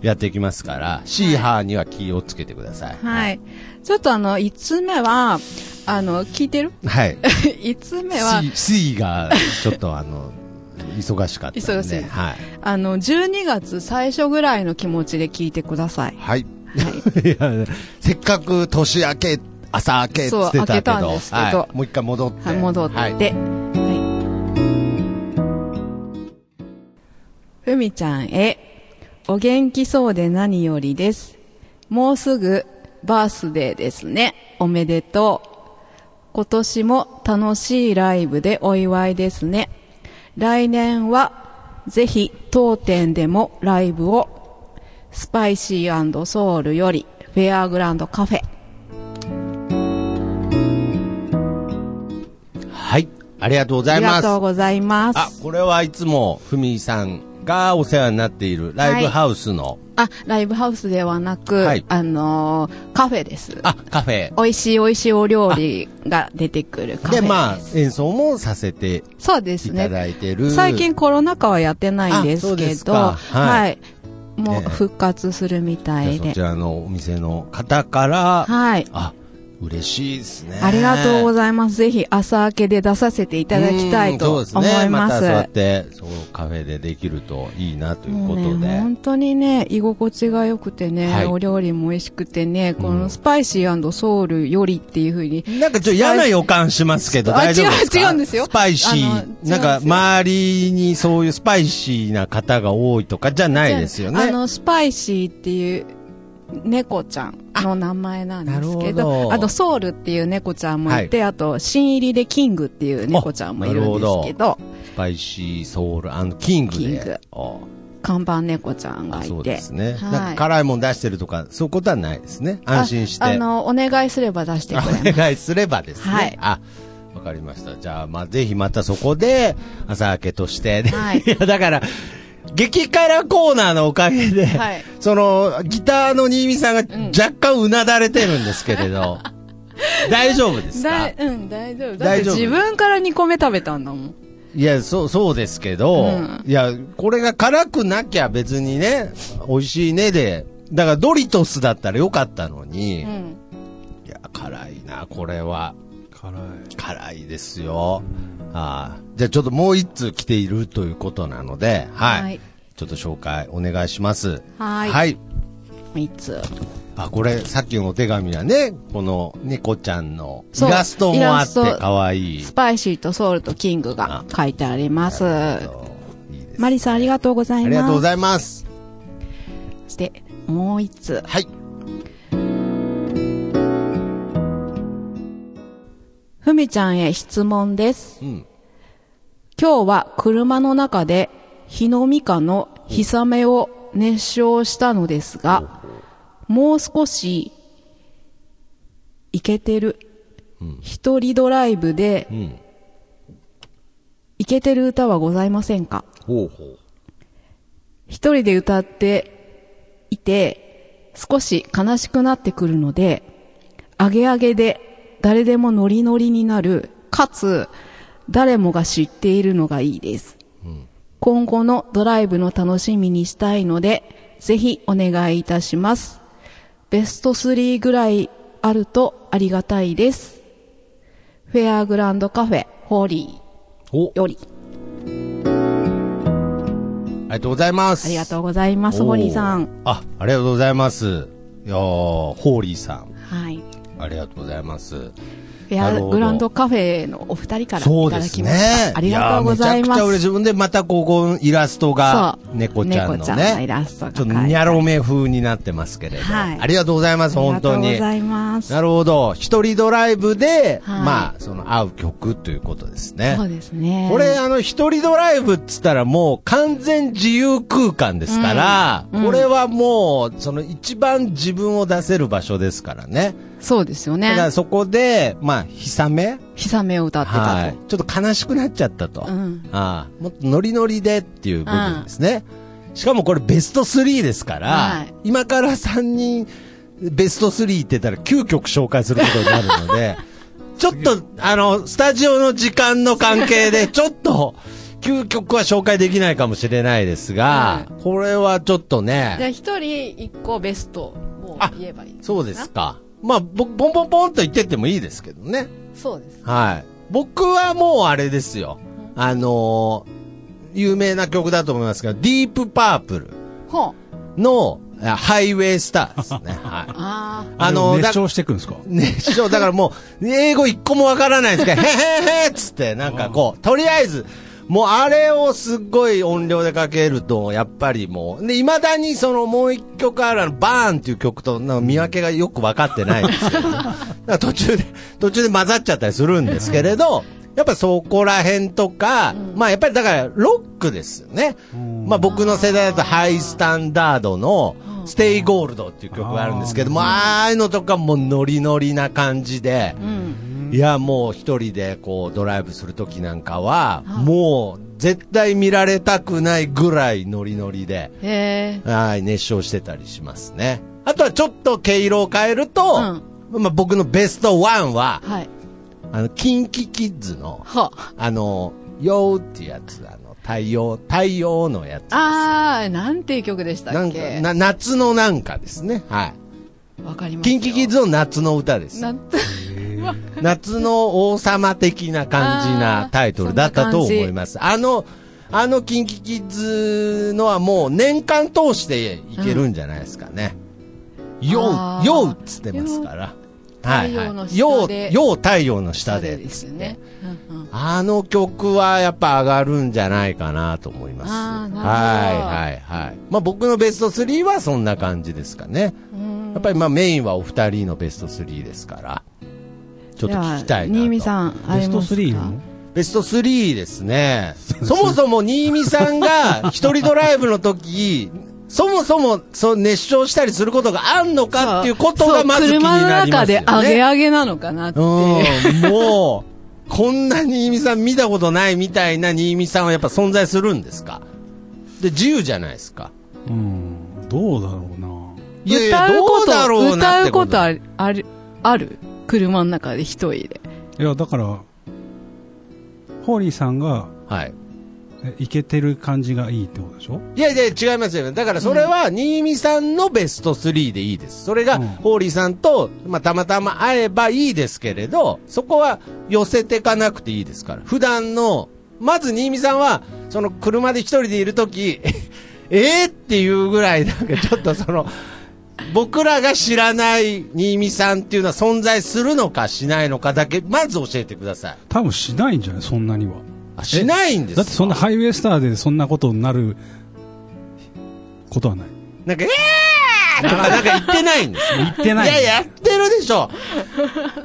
[SPEAKER 1] やっていきますから、シーハーには気をつけてください。。
[SPEAKER 3] はいい。ちょっとあの、5つ目は、あの、聞いてる
[SPEAKER 1] はい。
[SPEAKER 3] ?5 つ目は、
[SPEAKER 1] シーシーが、ちょっとあの、忙しかったんで。
[SPEAKER 3] 忙しい
[SPEAKER 1] はい。
[SPEAKER 3] あの、12月最初ぐらいの気持ちで聞いてください。
[SPEAKER 1] はい。 いや、せっかく年明け、朝明けっつってたけど、
[SPEAKER 3] そう明けたんですけど
[SPEAKER 1] はい、もう一回戻って。
[SPEAKER 3] はい、戻って。
[SPEAKER 1] は
[SPEAKER 3] はいい。ふみちゃんへ、お元気そうで何よりです。もうすぐ、バースデーですね。おめでとう。今年も楽しいライブでお祝いですね。来年は、ぜひ当店でもライブを、スパイシーソウルより、フェアグランドカフェ。
[SPEAKER 1] はい。ありがとうござ
[SPEAKER 3] あ
[SPEAKER 1] い
[SPEAKER 3] り
[SPEAKER 1] ま
[SPEAKER 3] が
[SPEAKER 1] す。
[SPEAKER 3] とう
[SPEAKER 1] あ
[SPEAKER 3] ございます。
[SPEAKER 1] これはいつも、ふみさんがお世話になっているライブハウスの、
[SPEAKER 3] あ、ライブハウスではなく、
[SPEAKER 1] はい
[SPEAKER 3] あのーカフェです。
[SPEAKER 1] あ、カフェ。
[SPEAKER 3] 美味しい美味しいお料理が出てくるカフェ
[SPEAKER 1] で、
[SPEAKER 3] です。
[SPEAKER 1] まあ、演奏もさせて
[SPEAKER 3] そうです
[SPEAKER 1] いただ
[SPEAKER 3] ね。
[SPEAKER 1] いてる。
[SPEAKER 3] 最近コロナ禍はやってないんです
[SPEAKER 1] あそう
[SPEAKER 3] け
[SPEAKER 1] です
[SPEAKER 3] ど、
[SPEAKER 1] かはい
[SPEAKER 3] はい。もう
[SPEAKER 1] ええ
[SPEAKER 3] 復活するみた
[SPEAKER 1] じゃあ
[SPEAKER 3] い
[SPEAKER 1] そ
[SPEAKER 3] で
[SPEAKER 1] ち。らのお店の方から、
[SPEAKER 3] はい。
[SPEAKER 1] あ、嬉しいですね。
[SPEAKER 3] ありがとうご
[SPEAKER 1] い
[SPEAKER 3] ざいます。ぜひ朝明けで出させていただきたいと思います。
[SPEAKER 1] そうですね。またそうやって、そう、カフェでできるといいなというこ
[SPEAKER 3] もうね、
[SPEAKER 1] とで。
[SPEAKER 3] 本当にね、居心地が良くてね、
[SPEAKER 1] はい
[SPEAKER 3] お料理も美味しくてね、このスパイシーソウルよりっていうふうに、
[SPEAKER 1] なんかちょっと嫌な予感しますけど、
[SPEAKER 3] あ
[SPEAKER 1] 大丈夫ですか
[SPEAKER 3] 違う違うんですよ
[SPEAKER 1] スパイシ
[SPEAKER 3] あの違うんで
[SPEAKER 1] ー。
[SPEAKER 3] す
[SPEAKER 1] な
[SPEAKER 3] よ
[SPEAKER 1] んか、周りにそういうスパイシーな方が多いとかじゃないですよね。
[SPEAKER 3] あの、スパイシーっていう猫ちゃんの名前なんですけ
[SPEAKER 1] なるほ
[SPEAKER 3] ど、
[SPEAKER 1] ど
[SPEAKER 3] あとソウルっていう猫ちゃんもいて、あと新入りでキングっていう猫ちゃんもいるんです
[SPEAKER 1] あな
[SPEAKER 3] け
[SPEAKER 1] る
[SPEAKER 3] ど、
[SPEAKER 1] スパイシーソウル、あの、キングで。
[SPEAKER 3] キング
[SPEAKER 1] あ
[SPEAKER 3] 看板猫ちゃんがいて。
[SPEAKER 1] そうですね。
[SPEAKER 3] はい
[SPEAKER 1] なんか辛いもん出してるとか、そういうことはないですね。安心して。
[SPEAKER 3] ああの、お願いすれば出してくれます。
[SPEAKER 1] お願いすればですね。
[SPEAKER 3] はい
[SPEAKER 1] あ、わかりました。じゃあ、まあ、ぜひまたそこで、朝明けとして、
[SPEAKER 3] はい
[SPEAKER 1] や、だから、激辛コーナーのおかげで、
[SPEAKER 3] はい
[SPEAKER 1] その、ギターの新見さんが若干うなだれてるんですけれ ど、大丈夫です
[SPEAKER 3] だ
[SPEAKER 1] か
[SPEAKER 3] いうん、大丈夫。だっ
[SPEAKER 1] 大
[SPEAKER 3] て
[SPEAKER 1] 丈夫
[SPEAKER 3] 自分から2個目食べたんだもん。
[SPEAKER 1] いや、そう、そうですけど、
[SPEAKER 3] うん
[SPEAKER 1] いや、これが辛くなきゃ別にね、美味しいねで、だからドリトスだったらよかったのに、
[SPEAKER 3] うん。
[SPEAKER 1] いや、辛いな、これは。
[SPEAKER 4] 辛い
[SPEAKER 1] 辛いですよ。ああじゃあちょっともう一通来ているということなので、はい。
[SPEAKER 3] はい
[SPEAKER 1] ちょっと紹介お願いします。
[SPEAKER 3] はい
[SPEAKER 1] はい。
[SPEAKER 3] いつ。
[SPEAKER 1] あ、これ、さっきのお手紙はね、この猫ちゃんのイ
[SPEAKER 3] そう
[SPEAKER 1] ラストもあって
[SPEAKER 3] イラスト
[SPEAKER 1] 可愛い。
[SPEAKER 3] スパイシーとソウルとキングが書いてあります。
[SPEAKER 1] いいですね
[SPEAKER 3] マリさんありがとうござい
[SPEAKER 1] あ
[SPEAKER 3] ます。
[SPEAKER 1] りがとうございます。
[SPEAKER 3] そして、もう一つ。
[SPEAKER 1] はい。
[SPEAKER 3] ふみちゃんへ質問です。
[SPEAKER 1] うん
[SPEAKER 3] 今日は車の中で、ヒノミカのヒサメを熱唱したのですが、もう少し、いけてる。一人ドライブで
[SPEAKER 1] うん。
[SPEAKER 3] いけてる歌はございませんか
[SPEAKER 1] ほうほう。
[SPEAKER 3] 一人で歌っていて、少し悲しくなってくるので、アゲアゲで誰でもノリノリになる、かつ、誰もが知っているのがいいです。今後のドライブの楽しみにしたいので、ぜひお願いいたします。ベスト3ぐらいあるとありがたいです。フェアグランドカフェ、ホーリ
[SPEAKER 1] お
[SPEAKER 3] ーより。
[SPEAKER 1] ありがとうございます。
[SPEAKER 3] ありがとうございます、ホーリーさん。。
[SPEAKER 1] あ、ありがとうございます。いやーホーリーさん。
[SPEAKER 3] はい。
[SPEAKER 1] ありがとうございます。
[SPEAKER 3] フェ
[SPEAKER 1] なる
[SPEAKER 3] ア
[SPEAKER 1] ほど
[SPEAKER 3] グランドカフェのお二人から
[SPEAKER 1] そう
[SPEAKER 3] い
[SPEAKER 1] で
[SPEAKER 3] ただ
[SPEAKER 1] す
[SPEAKER 3] き
[SPEAKER 1] ね
[SPEAKER 3] ました。。ありがとうござい
[SPEAKER 1] やーめちゃ
[SPEAKER 3] ま
[SPEAKER 1] くち
[SPEAKER 3] す。
[SPEAKER 1] ゃ嬉しい。自分でまたここのイラストが、
[SPEAKER 3] そう
[SPEAKER 1] 猫ちゃんのね。
[SPEAKER 3] 猫ちゃんのイラストが
[SPEAKER 1] ちょっとニャロメ風になってますけれど。
[SPEAKER 3] はい
[SPEAKER 1] ありがとうございます、本当
[SPEAKER 3] あ
[SPEAKER 1] に
[SPEAKER 3] りがとうご。ざいます。
[SPEAKER 1] なるほど。一人ドライブで、
[SPEAKER 3] はい
[SPEAKER 1] まあ、その、合う曲ということですね。
[SPEAKER 3] そうですね。
[SPEAKER 1] これ、あの、一人ドライブっつったらもう完全自由空間ですから、
[SPEAKER 3] うんうん
[SPEAKER 1] これはもう、その一番自分を出せる場所ですからね。
[SPEAKER 3] そうですよ
[SPEAKER 1] だから
[SPEAKER 3] ね。
[SPEAKER 1] そこで、まあ、悲雨
[SPEAKER 3] ひさめを歌って
[SPEAKER 1] は
[SPEAKER 3] た
[SPEAKER 1] い。ちょっと悲しくなっちゃったと。
[SPEAKER 3] うん
[SPEAKER 1] ああもっとノリノリでっていう部分ですね。しかもこれベスト3ですから、
[SPEAKER 3] はい
[SPEAKER 1] 今から3人ベスト3言ってたら9曲紹介することになるので、 ちょっと、あの、スタジオの時間の関係 で、ちょっと、9曲は紹介できないかもしれないですが、これはちょっと
[SPEAKER 3] と。じゃあ
[SPEAKER 1] ね、
[SPEAKER 3] 一人一個ベストを言えばいいのかな
[SPEAKER 1] そうです。か。まあ、ぼポンポンポンと言ってってもいいですけどね。
[SPEAKER 3] そうです。
[SPEAKER 1] はい。僕はもうあれですよ。あのー有名な曲だと思いますけど、ディープパープル
[SPEAKER 3] ほう。
[SPEAKER 1] のあハイウェイスターですね。はい。
[SPEAKER 3] あ
[SPEAKER 1] あのー、
[SPEAKER 4] 熱
[SPEAKER 1] だ
[SPEAKER 4] 唱していくんですか
[SPEAKER 1] 熱唱、だからもう、英語一個もわからないん ですけど、へへへっつって、なんかこう、とりあえず、もうあれをすっごい音量でかけると、やっぱりもう、で、未だにそのもう一曲あるあの、バーンっていう曲と、なんか見分けがよく分かってないんです よ。だから途中で、途中で混ざっちゃったりするんですけれど、やっぱそこら辺とか、まあやっぱりだからロックですよね。まあ僕の世代だとハイスタンダードのステイゴールドっていう曲があるんですけども、ああいうのとかもノリノリな感じで、
[SPEAKER 3] あ。うん。
[SPEAKER 1] いやもう一人でこうドライブするときなんかは、もう絶対見られたくないぐらいノリノリで、
[SPEAKER 3] へえ。
[SPEAKER 1] はい、熱唱してたりしますね。あとはちょっと毛色を変えると、まあ僕のベストワンは、
[SPEAKER 3] はい。
[SPEAKER 1] あの、キンキキッズの、
[SPEAKER 3] は
[SPEAKER 1] あの、よーってやつ、あの、太陽、太陽のやつ。
[SPEAKER 3] あー、なんていう曲でした
[SPEAKER 1] な
[SPEAKER 3] っ
[SPEAKER 1] んか
[SPEAKER 3] け
[SPEAKER 1] な、夏のなんかですね。はい。
[SPEAKER 3] わかります
[SPEAKER 1] キ
[SPEAKER 3] よ。
[SPEAKER 1] ンキキッズの夏の歌です。
[SPEAKER 3] なんて、
[SPEAKER 1] 夏の王様的な感じなタイトルだったと思います。あの、あのキンキキッズのはもう年間通していけるんじゃないですかね。よ
[SPEAKER 3] あ
[SPEAKER 1] う、
[SPEAKER 3] ー
[SPEAKER 1] ようっつってますから。はい
[SPEAKER 3] 太陽
[SPEAKER 1] は
[SPEAKER 3] の
[SPEAKER 1] い。よ
[SPEAKER 3] 下
[SPEAKER 1] う、
[SPEAKER 3] で
[SPEAKER 1] よう太陽の下で
[SPEAKER 3] で
[SPEAKER 1] ですす
[SPEAKER 3] よ
[SPEAKER 1] ね
[SPEAKER 3] ね。。うんうん
[SPEAKER 1] あの曲はやっぱ上がるんじゃないかなと思います。
[SPEAKER 3] あーなるほど
[SPEAKER 1] はいはいはい。まあ僕のベスト3はそんな感じですかね。やっぱりまあメインはお二人のベスト3ですから、ちょっと聞きたいなと。
[SPEAKER 3] 新見さん、あ
[SPEAKER 4] ベ
[SPEAKER 3] り
[SPEAKER 4] スト
[SPEAKER 3] ますか
[SPEAKER 4] 3いるの
[SPEAKER 1] ベスト3ですね。そもそも新見さんが一人ドライブの 時、そもそもそう熱唱したりすることがあんのかっていうことがまず気になりますよね。
[SPEAKER 3] そう車の中でアゲアゲなのかなっていう。
[SPEAKER 1] うん、もう、こんな新見さん見たことないみたいな新見さんはやっぱ存在するんですかで、自由じゃないですか。
[SPEAKER 4] うん。どうだろうな。
[SPEAKER 1] いやいや、
[SPEAKER 3] 歌う
[SPEAKER 1] ど
[SPEAKER 3] こと
[SPEAKER 1] うだろうなっ
[SPEAKER 3] 歌
[SPEAKER 1] て
[SPEAKER 3] う
[SPEAKER 1] こ。
[SPEAKER 3] こととある、ある、ある車の中で一人で。
[SPEAKER 4] いや、だから、ホーリーさんが、
[SPEAKER 1] はい。
[SPEAKER 4] えいけてる感じがいいってことでしょ
[SPEAKER 1] いやいや、違いますよね。だからそれは、新見さんのベスト3でいいです。それが、
[SPEAKER 4] うん
[SPEAKER 1] ホーリーさんと、まあ、たまたま会えばいいですけれど、そこは寄せてかなくていいですから。普段の、まず新見さんは、その車で一人でいるとき、 えーっていうぐらい、なんかちょっとその、僕らが知らない新見さんっていうのは存在するのかしないのかだけ、まず教えてください。
[SPEAKER 4] 多分しないんじゃないそんなには。
[SPEAKER 1] あしないんですか
[SPEAKER 4] だってそんなハイウェイスターでそんなことになることはない。
[SPEAKER 1] なんか、えーとかなんか言ってないんです
[SPEAKER 4] 言ってない。
[SPEAKER 1] いや、やってるでしょ。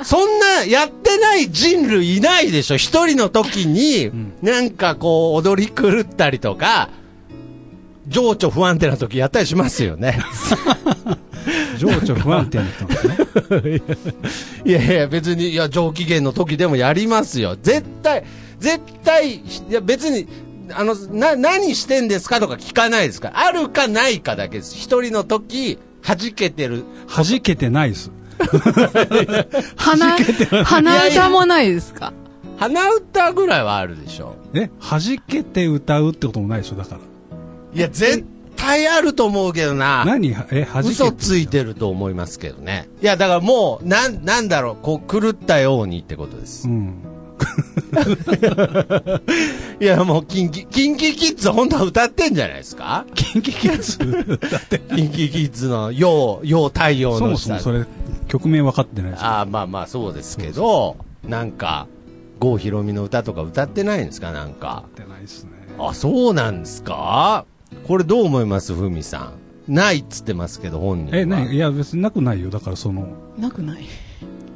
[SPEAKER 1] そんな、やってない人類いないでしょ。一人の時に、なんかこう、踊り狂ったりとか、情緒不安定な時やったりしますよね。
[SPEAKER 4] 情緒不安定な人なんですね。
[SPEAKER 1] いやいや、別に、いや、上機嫌の時でもやりますよ。絶対、絶対、いや、別に、あの、な、何してんですかとか聞かないですから。あるかないかだけです。一人の時、弾けてる。
[SPEAKER 4] 弾けてないです。
[SPEAKER 3] 鼻、鼻歌もないですか
[SPEAKER 1] 鼻歌ぐらいはあるでしょ。
[SPEAKER 4] え弾けて歌うってこともないでしょだか
[SPEAKER 1] いや、絶対あると思うけど
[SPEAKER 4] ら。
[SPEAKER 1] な。
[SPEAKER 4] 何え弾けて
[SPEAKER 1] 嘘ついてると思いますけどね。いや、だからもう、なん、なんだろう、こう、狂ったようにってことです
[SPEAKER 4] う。ん。
[SPEAKER 1] いや、もう、キンキ、キンキキッズ本当は歌ってんじゃないですか
[SPEAKER 4] キンキキッズだって。
[SPEAKER 1] キンキキッズの、よう、よう太陽
[SPEAKER 4] そ
[SPEAKER 1] の
[SPEAKER 4] も
[SPEAKER 1] 下
[SPEAKER 4] そもそれ、曲名分かってないですよ
[SPEAKER 1] ああ、まあまあ、そうですけど、なんか、郷ひろみの歌とか歌ってないんですかなんか。
[SPEAKER 4] ってないですね。
[SPEAKER 1] あ、そうなんですかこれどう思いますふみさん。ないっつってますけど、本人は。
[SPEAKER 4] え、ないいや、別になくないよ。だからその、
[SPEAKER 3] なくない。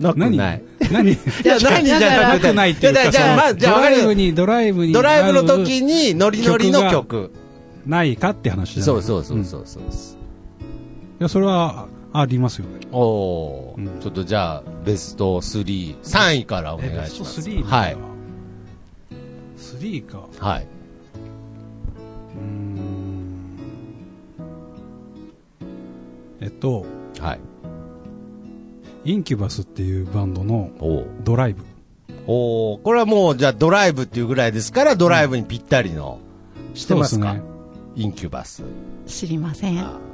[SPEAKER 1] なく
[SPEAKER 4] 何
[SPEAKER 1] ない。
[SPEAKER 4] 何い
[SPEAKER 1] いや、何じゃな
[SPEAKER 4] な
[SPEAKER 1] くて。
[SPEAKER 4] くないっていう
[SPEAKER 1] や
[SPEAKER 4] か、
[SPEAKER 1] じゃあ、まあ、じゃあ、
[SPEAKER 4] ド
[SPEAKER 1] わか
[SPEAKER 4] ライブ
[SPEAKER 1] る
[SPEAKER 4] に、ドライブに。
[SPEAKER 1] ドライブの時に、ノリノリの曲。
[SPEAKER 4] ないかって話じゃない
[SPEAKER 1] そうそうそう
[SPEAKER 4] う
[SPEAKER 1] そ
[SPEAKER 4] ん。いう
[SPEAKER 1] そうです。
[SPEAKER 4] や、それは、あありますよね。
[SPEAKER 1] おおー、
[SPEAKER 4] うん
[SPEAKER 1] ちょっとじゃあ、ベスト3、3位からお願い
[SPEAKER 4] え、ベス
[SPEAKER 1] し
[SPEAKER 4] ト
[SPEAKER 1] ます。
[SPEAKER 4] 3
[SPEAKER 1] は
[SPEAKER 4] ないんだ。。3か。
[SPEAKER 1] はい。
[SPEAKER 4] うーん。えっと、
[SPEAKER 1] はい。
[SPEAKER 4] インキュバスっていうバンドの
[SPEAKER 1] おお。
[SPEAKER 4] ドライブ。
[SPEAKER 1] おお、これはもう、じゃあドライブっていうぐらいですから、ドライブにぴったりの、知ってますか
[SPEAKER 4] そうで
[SPEAKER 1] インキュバス。
[SPEAKER 3] 知りません。
[SPEAKER 1] あー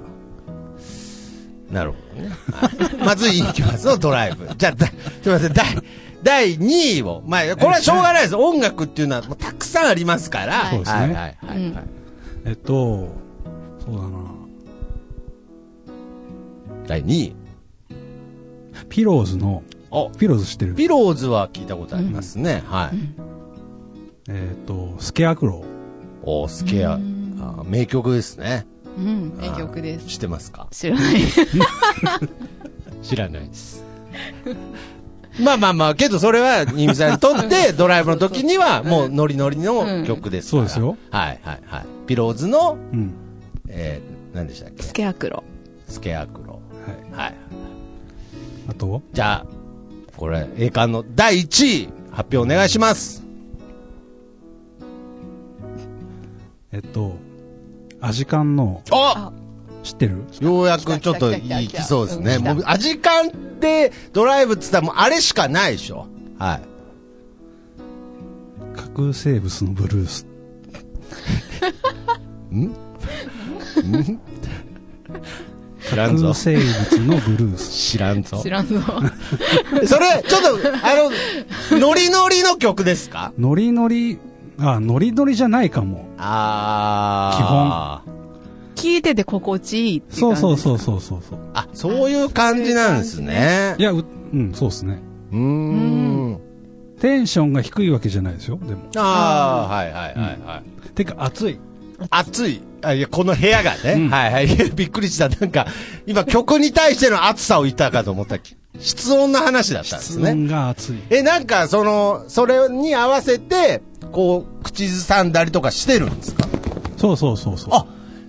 [SPEAKER 1] なるほどね。はいまずインキュバスのドライブ。 じゃあ、だすみません、第、第2位を。まあ、これはしょうがないです。音楽っていうのはもうたくさんありますから。
[SPEAKER 3] はいそう
[SPEAKER 4] ですね
[SPEAKER 1] はいはいはいはい。
[SPEAKER 4] えっと、そうだな。
[SPEAKER 1] 第2位。
[SPEAKER 4] ピローズの、
[SPEAKER 1] お、
[SPEAKER 4] ピローズ知ってる
[SPEAKER 1] ピローズは聞いたことありますね。はい。
[SPEAKER 4] えっと、スケアクロー。
[SPEAKER 1] おスケア、あー名曲ですね。
[SPEAKER 3] うん、名曲で
[SPEAKER 1] あー
[SPEAKER 3] す。
[SPEAKER 1] 知ってますか
[SPEAKER 3] 知らない。
[SPEAKER 1] 知らないです。 まあまあまあ、けどそれは、新見さんにとって、ドライブの時には、もうノリノリの曲ですから、
[SPEAKER 4] うんそうですよ。
[SPEAKER 1] はいはいはい。ピローズの、
[SPEAKER 4] うん。
[SPEAKER 1] えー、何でしたっけ
[SPEAKER 3] スケアクロ。
[SPEAKER 1] スケアクロ
[SPEAKER 4] はい。
[SPEAKER 1] ー。はい。
[SPEAKER 4] あと、
[SPEAKER 1] じゃあ、これ、栄冠の第1位、発表お願いします。
[SPEAKER 4] えっと、アジカンの、
[SPEAKER 1] お
[SPEAKER 4] 知ってる
[SPEAKER 1] ようやくちょっといきそうですね。もう、アジカンでドライブっつったらもうあれしかないでしょ。はい。
[SPEAKER 4] 核生物のブルース。
[SPEAKER 1] 知らんぞ
[SPEAKER 4] 核。生物のブル ース。
[SPEAKER 1] 知らんぞ
[SPEAKER 3] 知。らんぞ。
[SPEAKER 1] それ、ちょっと、あの、ノリノリの曲ですか
[SPEAKER 4] ノリノリ、あ、ノリノリじゃないかも。
[SPEAKER 1] あー。基本。
[SPEAKER 3] 聞いてて心地いいって感じ。
[SPEAKER 4] そうそうそうそうそうそう。
[SPEAKER 1] あ、そういう感じなんですね
[SPEAKER 4] い。や、う、うん、そうですね。
[SPEAKER 1] うーん。
[SPEAKER 4] テンションが低いわけじゃないですよ、でも。
[SPEAKER 1] あー、はいはいはいはい。
[SPEAKER 4] てか、暑い。
[SPEAKER 1] 暑い。あいや、この部屋がね。
[SPEAKER 4] うん
[SPEAKER 1] はいはい。びっくりした。なんか、今曲に対しての暑さを言ったかと思った。室温の話だったんです
[SPEAKER 4] 質
[SPEAKER 1] ね。
[SPEAKER 4] 問が暑い。
[SPEAKER 1] え、なんか、その、それに合わせて、こう、口ずさんだりとかしてるんですか
[SPEAKER 4] そうそうそうそう。
[SPEAKER 1] あ、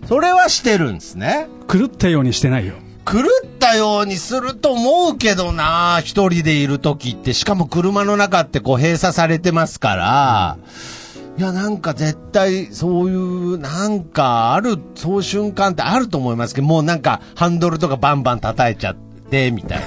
[SPEAKER 1] それはしてるんですね。
[SPEAKER 4] 狂ったようにしてないよ。
[SPEAKER 1] 狂ったようにすると思うけどな一人でいる時って、しかも車の中ってこう閉鎖されてますから、いや、なんか絶対そういう、なんかある、そういう瞬間ってあると思いますけど、もうなんかハンドルとかバンバン叩いちゃって、みたい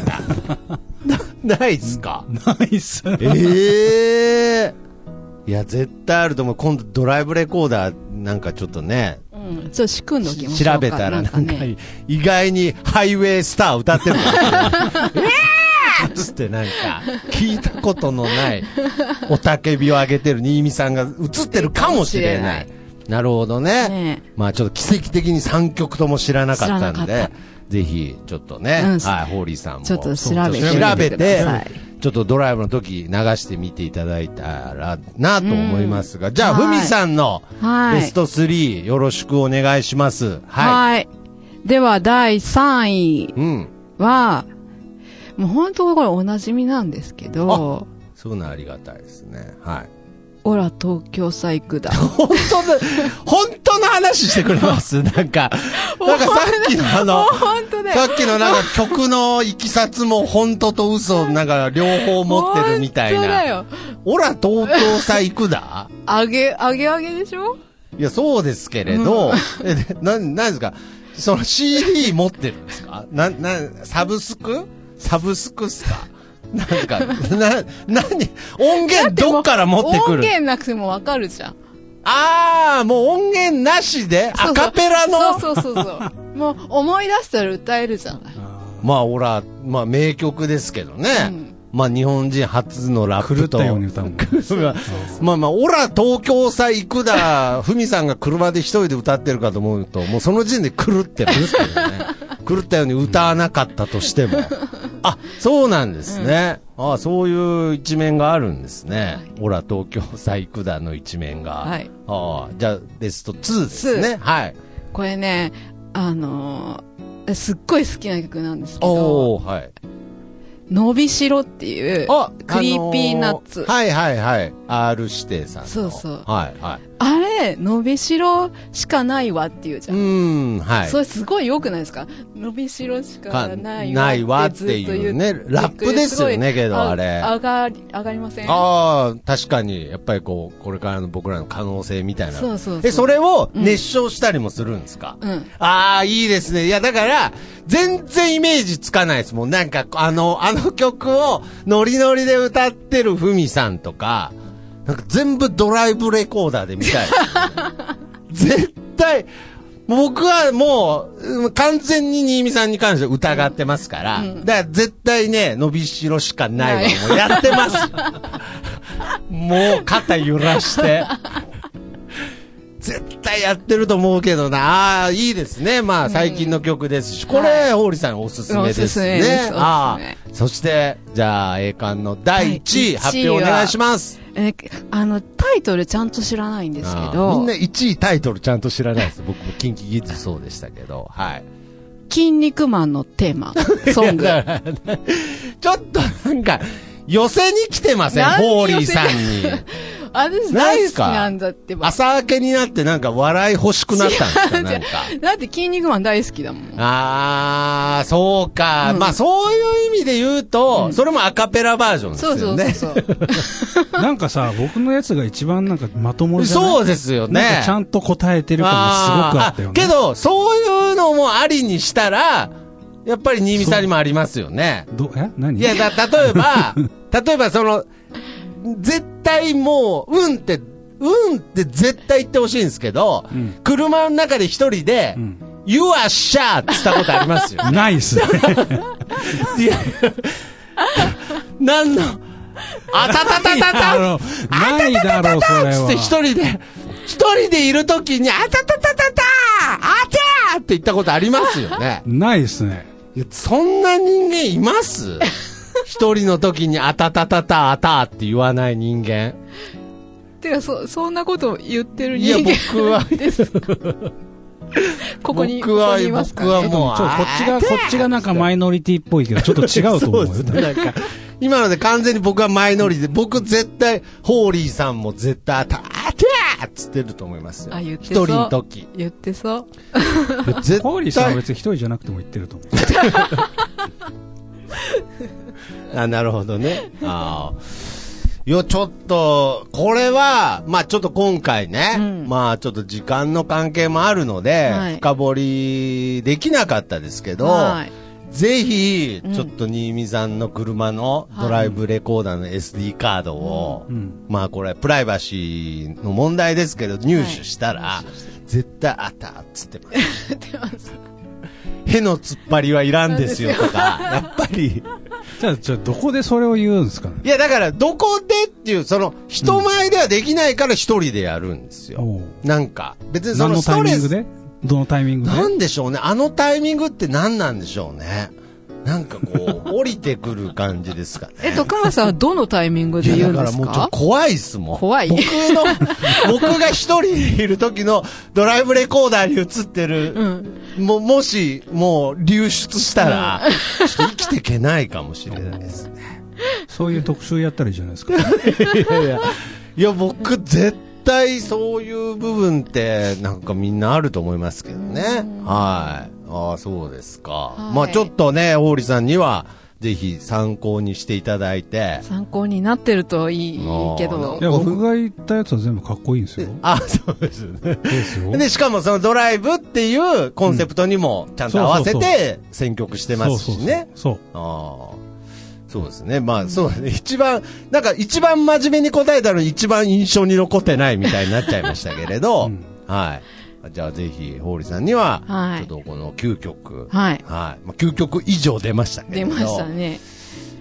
[SPEAKER 1] な。 なないっすか
[SPEAKER 4] ナイス。
[SPEAKER 1] ええ いや、絶対あると思う。今度ドライブレコーダーなんかちょっとね、
[SPEAKER 3] うん。ちょっと仕組んどきましょうか
[SPEAKER 1] 調べたらなんか
[SPEAKER 3] ね。
[SPEAKER 1] 意外にハイウェイスター歌 ってるからつってなんか聞いたことのないおたけびを上げてる新見さんが映ってるかもしれ ない。なるほどね。
[SPEAKER 3] ねえ
[SPEAKER 1] まあちょっと奇跡的に3曲とも知らなかったん
[SPEAKER 3] 知らな
[SPEAKER 1] で
[SPEAKER 3] か、
[SPEAKER 1] ぜひちょっとね、
[SPEAKER 3] うん
[SPEAKER 1] はい、ホーリーさんも。
[SPEAKER 3] ちょっと調べてみてくだ
[SPEAKER 1] 調
[SPEAKER 3] さ
[SPEAKER 1] べ
[SPEAKER 3] い
[SPEAKER 1] て、ちょっとドライブの時流してみていただいたらなと思いますが、じゃあ、
[SPEAKER 3] はい
[SPEAKER 1] ふみさんの
[SPEAKER 3] はい
[SPEAKER 1] ベスト3よろしくお願いします。はい。
[SPEAKER 3] はい。では、第3位
[SPEAKER 1] うん。
[SPEAKER 3] は、もう本当これおなじみなんですけど、
[SPEAKER 1] そういうのありがたいですね。はい。
[SPEAKER 3] オラ東京サ イクだ。
[SPEAKER 1] 本当の、本当の話してくれます なんか、なんかさっきのあの、
[SPEAKER 3] 本当だよ。
[SPEAKER 1] さっきのなんか曲のいきさつも本当と嘘なんか両方持ってるみたい
[SPEAKER 3] 本当だ
[SPEAKER 1] な。
[SPEAKER 3] よ。
[SPEAKER 1] オラ東京さ行くだ
[SPEAKER 3] あげ、あげあげでしょ
[SPEAKER 1] いや、そうですけれど、え、でな、なんですかその CD 持ってるんですかな、な、サブスクサブスクっすかなんですか、な、なに、音源どっから持ってく
[SPEAKER 3] 音
[SPEAKER 1] る
[SPEAKER 3] 源なくてもわかるじゃん。
[SPEAKER 1] あー、もう音源なしで、
[SPEAKER 3] そうそう
[SPEAKER 1] アカペラの
[SPEAKER 3] そうそうそうそう。 もう思い出したら歌えるじゃない。
[SPEAKER 1] まあ、ほら、まあ、名曲ですけどね。
[SPEAKER 3] うん
[SPEAKER 1] まあ、日本人初のラッ
[SPEAKER 4] 狂っ
[SPEAKER 1] プと。
[SPEAKER 4] たように歌うもん。そう
[SPEAKER 1] まあまあまあ、オラ東京さ行く だ、ふみさんが車で一人で歌ってるかと思うと、もうその時点で狂ってるんですけど ね。狂ったように歌わなかったとしても。あ、そうなんですね。ああそういう一面があるんですね。オラ東京さ行くだの一面が。
[SPEAKER 3] はい
[SPEAKER 1] ああじゃあ、ベスト2ですね。はい。
[SPEAKER 3] これね、あのーすっごい好きな曲なんですけど、
[SPEAKER 1] おー、はい。
[SPEAKER 3] のびしろっていう、
[SPEAKER 1] あ
[SPEAKER 3] クリーピーナッツ。
[SPEAKER 1] あのーはいはいはい。R 指定さんの。
[SPEAKER 3] そうそう
[SPEAKER 1] はいはい。
[SPEAKER 3] あれ、のびしろしかないわっていうじ
[SPEAKER 1] う
[SPEAKER 3] ゃん。
[SPEAKER 1] ーん、はい。
[SPEAKER 3] それすごい良くないですかのびしろしかないわ。
[SPEAKER 1] ないわっていう
[SPEAKER 3] ずと言
[SPEAKER 1] ねラップですよね
[SPEAKER 3] すごい
[SPEAKER 1] けどあれ
[SPEAKER 3] 上がり、上がりません
[SPEAKER 1] ああ、確かに、やっぱりこう、これからの僕らの可能性みたいな。
[SPEAKER 3] そうそうそう
[SPEAKER 1] え、それを熱唱したりもするんですか、
[SPEAKER 3] うん。
[SPEAKER 1] ああ、いいですね。いや、だから、全然イメージつかないですもん。なんか、あの、あの曲をノリノリで歌ってるふみさんとか、なんか全部ドライブレコーダーで見 たい。絶対、僕はもううん、完全に新見さんに関しては疑ってますから、だから絶対ね、伸びしろしかないわ。もうやってます。もう肩揺らして。 絶対やってると思うけどな。ああ、いいですね。まあ、最近の曲ですし、こ
[SPEAKER 3] は
[SPEAKER 1] れ、ホーリーさんおすすめですね。
[SPEAKER 3] おすすめですおすすめ
[SPEAKER 1] ああ、そして、じゃあ、栄冠の第1位、
[SPEAKER 3] はい
[SPEAKER 1] 発表お願いします。
[SPEAKER 3] え、あの、タイトルちゃんと知らないんですけ
[SPEAKER 1] ああ
[SPEAKER 3] ど
[SPEAKER 1] みん、な1位タイトルちゃんと知らないです。僕も近畿技術そうでしたけど、はい。
[SPEAKER 3] 筋肉マンのテ ーマ、ソング。
[SPEAKER 1] だからねちょっとなんか、寄せに来てません
[SPEAKER 3] 何
[SPEAKER 1] ホーリーさん に。
[SPEAKER 3] 私
[SPEAKER 1] ないっ
[SPEAKER 3] 大
[SPEAKER 1] す
[SPEAKER 3] 好き
[SPEAKER 1] か
[SPEAKER 3] なんだってば。
[SPEAKER 1] 朝明けになってなんか笑い欲しくなったんですか なんか。
[SPEAKER 3] だって筋肉マン大好きだもん。
[SPEAKER 1] あー、そうか。まあそういう意味で言うと、それもアカペラバージョンですよ
[SPEAKER 3] そ
[SPEAKER 1] ね
[SPEAKER 3] う。そうそうそ う。
[SPEAKER 4] なんかさ、僕のやつが一番なんかまともじゃない
[SPEAKER 1] そうですよね。
[SPEAKER 4] なんかちゃんと答えてる感もすごくあったよね。
[SPEAKER 1] ーけど、そういうのもありにしたら、やっぱり新見さんにもありますよね。
[SPEAKER 4] ど、え何
[SPEAKER 1] いや、だ、例えば、例えばその、絶対もう、うんって、うんって絶対言ってほしいんですけど、
[SPEAKER 4] ん
[SPEAKER 1] 車の中で一人で、
[SPEAKER 4] ん
[SPEAKER 1] You are sure! って言ったことありますよ。
[SPEAKER 4] ナイス。
[SPEAKER 1] いや、何の、あたたたた
[SPEAKER 4] あ
[SPEAKER 1] た
[SPEAKER 4] の、ないだろう、それ
[SPEAKER 1] つっ
[SPEAKER 4] は。
[SPEAKER 1] て一人で、一人でいるときに、あたたたたたあてーって言ったことありますよね。
[SPEAKER 4] ないですね。
[SPEAKER 1] いやそんな人間います 一人の時にあたたたたあたって言わない人間。
[SPEAKER 3] てか、そ、そんなこと言ってる
[SPEAKER 1] いや
[SPEAKER 3] 人間
[SPEAKER 1] 僕は
[SPEAKER 3] です。 ここに、こ
[SPEAKER 1] 僕は
[SPEAKER 3] こにいますか
[SPEAKER 1] 僕は
[SPEAKER 4] ちょっと
[SPEAKER 1] もう
[SPEAKER 4] こっちが、こっちがなんかマイノリティっぽいけど、ちょっと違うと思うよ。
[SPEAKER 1] ね。なんか、 今ので完全に僕はマイノリで、僕絶対、ホーリーさんも絶対あた、あてーっつってると思いますよ。
[SPEAKER 3] あ、言って
[SPEAKER 1] 一
[SPEAKER 3] そう。
[SPEAKER 1] 人の時。。
[SPEAKER 3] 言ってそう。
[SPEAKER 1] 絶
[SPEAKER 4] ホーリーさんは
[SPEAKER 1] 対。
[SPEAKER 4] 別に一人じゃなくても言ってると思う。
[SPEAKER 1] あ、なるほどね。ああ。いや、ちょっと、これは、まあちょっと今回ね、
[SPEAKER 3] うん
[SPEAKER 1] まあちょっと時間の関係もあるので、
[SPEAKER 3] はい
[SPEAKER 1] 深掘りできなかったですけど、
[SPEAKER 3] はい。
[SPEAKER 1] ぜひ
[SPEAKER 3] う、ん
[SPEAKER 1] ちょっと新見さんの車のドライブレコーダーの SD カードを、
[SPEAKER 4] うん。
[SPEAKER 1] まあこれプライバシーの問題ですけど、入手したら、絶対あったっつってます。 への突っ張りはいらんですよとか、やっぱり。
[SPEAKER 4] じゃあ、じゃあどこでそれを言うんですかね。
[SPEAKER 1] いやだから、どこでっていう、その、人前ではできないから一人でやるんですよ。
[SPEAKER 4] おう
[SPEAKER 1] なんか、別にそ
[SPEAKER 4] 何
[SPEAKER 1] の
[SPEAKER 4] の
[SPEAKER 1] ス
[SPEAKER 4] タ
[SPEAKER 1] ト
[SPEAKER 4] イミ
[SPEAKER 1] レ
[SPEAKER 4] ング
[SPEAKER 1] ス
[SPEAKER 4] でどのタイミングで
[SPEAKER 1] なんでしょうね。あのタイミングって何なんでしょうね。なんかこ う、降りてくる感じですかね。
[SPEAKER 3] え、徳間さんはどのタイミングで
[SPEAKER 1] い
[SPEAKER 3] 言
[SPEAKER 1] や
[SPEAKER 3] う
[SPEAKER 1] だ
[SPEAKER 3] ん
[SPEAKER 1] から
[SPEAKER 3] です
[SPEAKER 1] もうちょっ
[SPEAKER 3] か
[SPEAKER 1] と怖いっすもん。
[SPEAKER 3] 怖い
[SPEAKER 1] 僕の、 僕が一人でいる時のドライブレコーダーに映ってる、も、もし、もう流出したら、ちょっと生きていけないかもしれないですね。
[SPEAKER 4] そういう特集やったらいいじゃな いですか。
[SPEAKER 1] いや、僕絶対そういう部分って、なんかみんなあると思いますけどね。はい。ああ、そうですか。
[SPEAKER 3] い
[SPEAKER 1] まあちょっとね、王里さんには、ぜひ参考にしていただいて。
[SPEAKER 3] 参考になってるといいいいけ
[SPEAKER 1] あ
[SPEAKER 3] ど
[SPEAKER 4] い。や、僕が言ったやつは全部かっこいいんですよ。
[SPEAKER 1] あ、そう ですね。
[SPEAKER 4] そうですよ。
[SPEAKER 1] で、しかもそのドライブっていうコンセプトにもちゃんと合わせ
[SPEAKER 4] そうそう
[SPEAKER 1] て選曲してますしね。
[SPEAKER 4] そうそう
[SPEAKER 1] ああ。そうですね。まあ、そうだね。一番、なんか一番真面目に答えたのに一番印象に残ってないみたいになっちゃいましたけれど、
[SPEAKER 4] うん
[SPEAKER 1] はい。じゃあぜひ、ホーリーさんには、
[SPEAKER 3] はい
[SPEAKER 1] ちょっとこの9曲、い。
[SPEAKER 3] はい。
[SPEAKER 1] まあ、9曲以上出ましたけれ
[SPEAKER 3] 出
[SPEAKER 1] ど。
[SPEAKER 3] ましたね。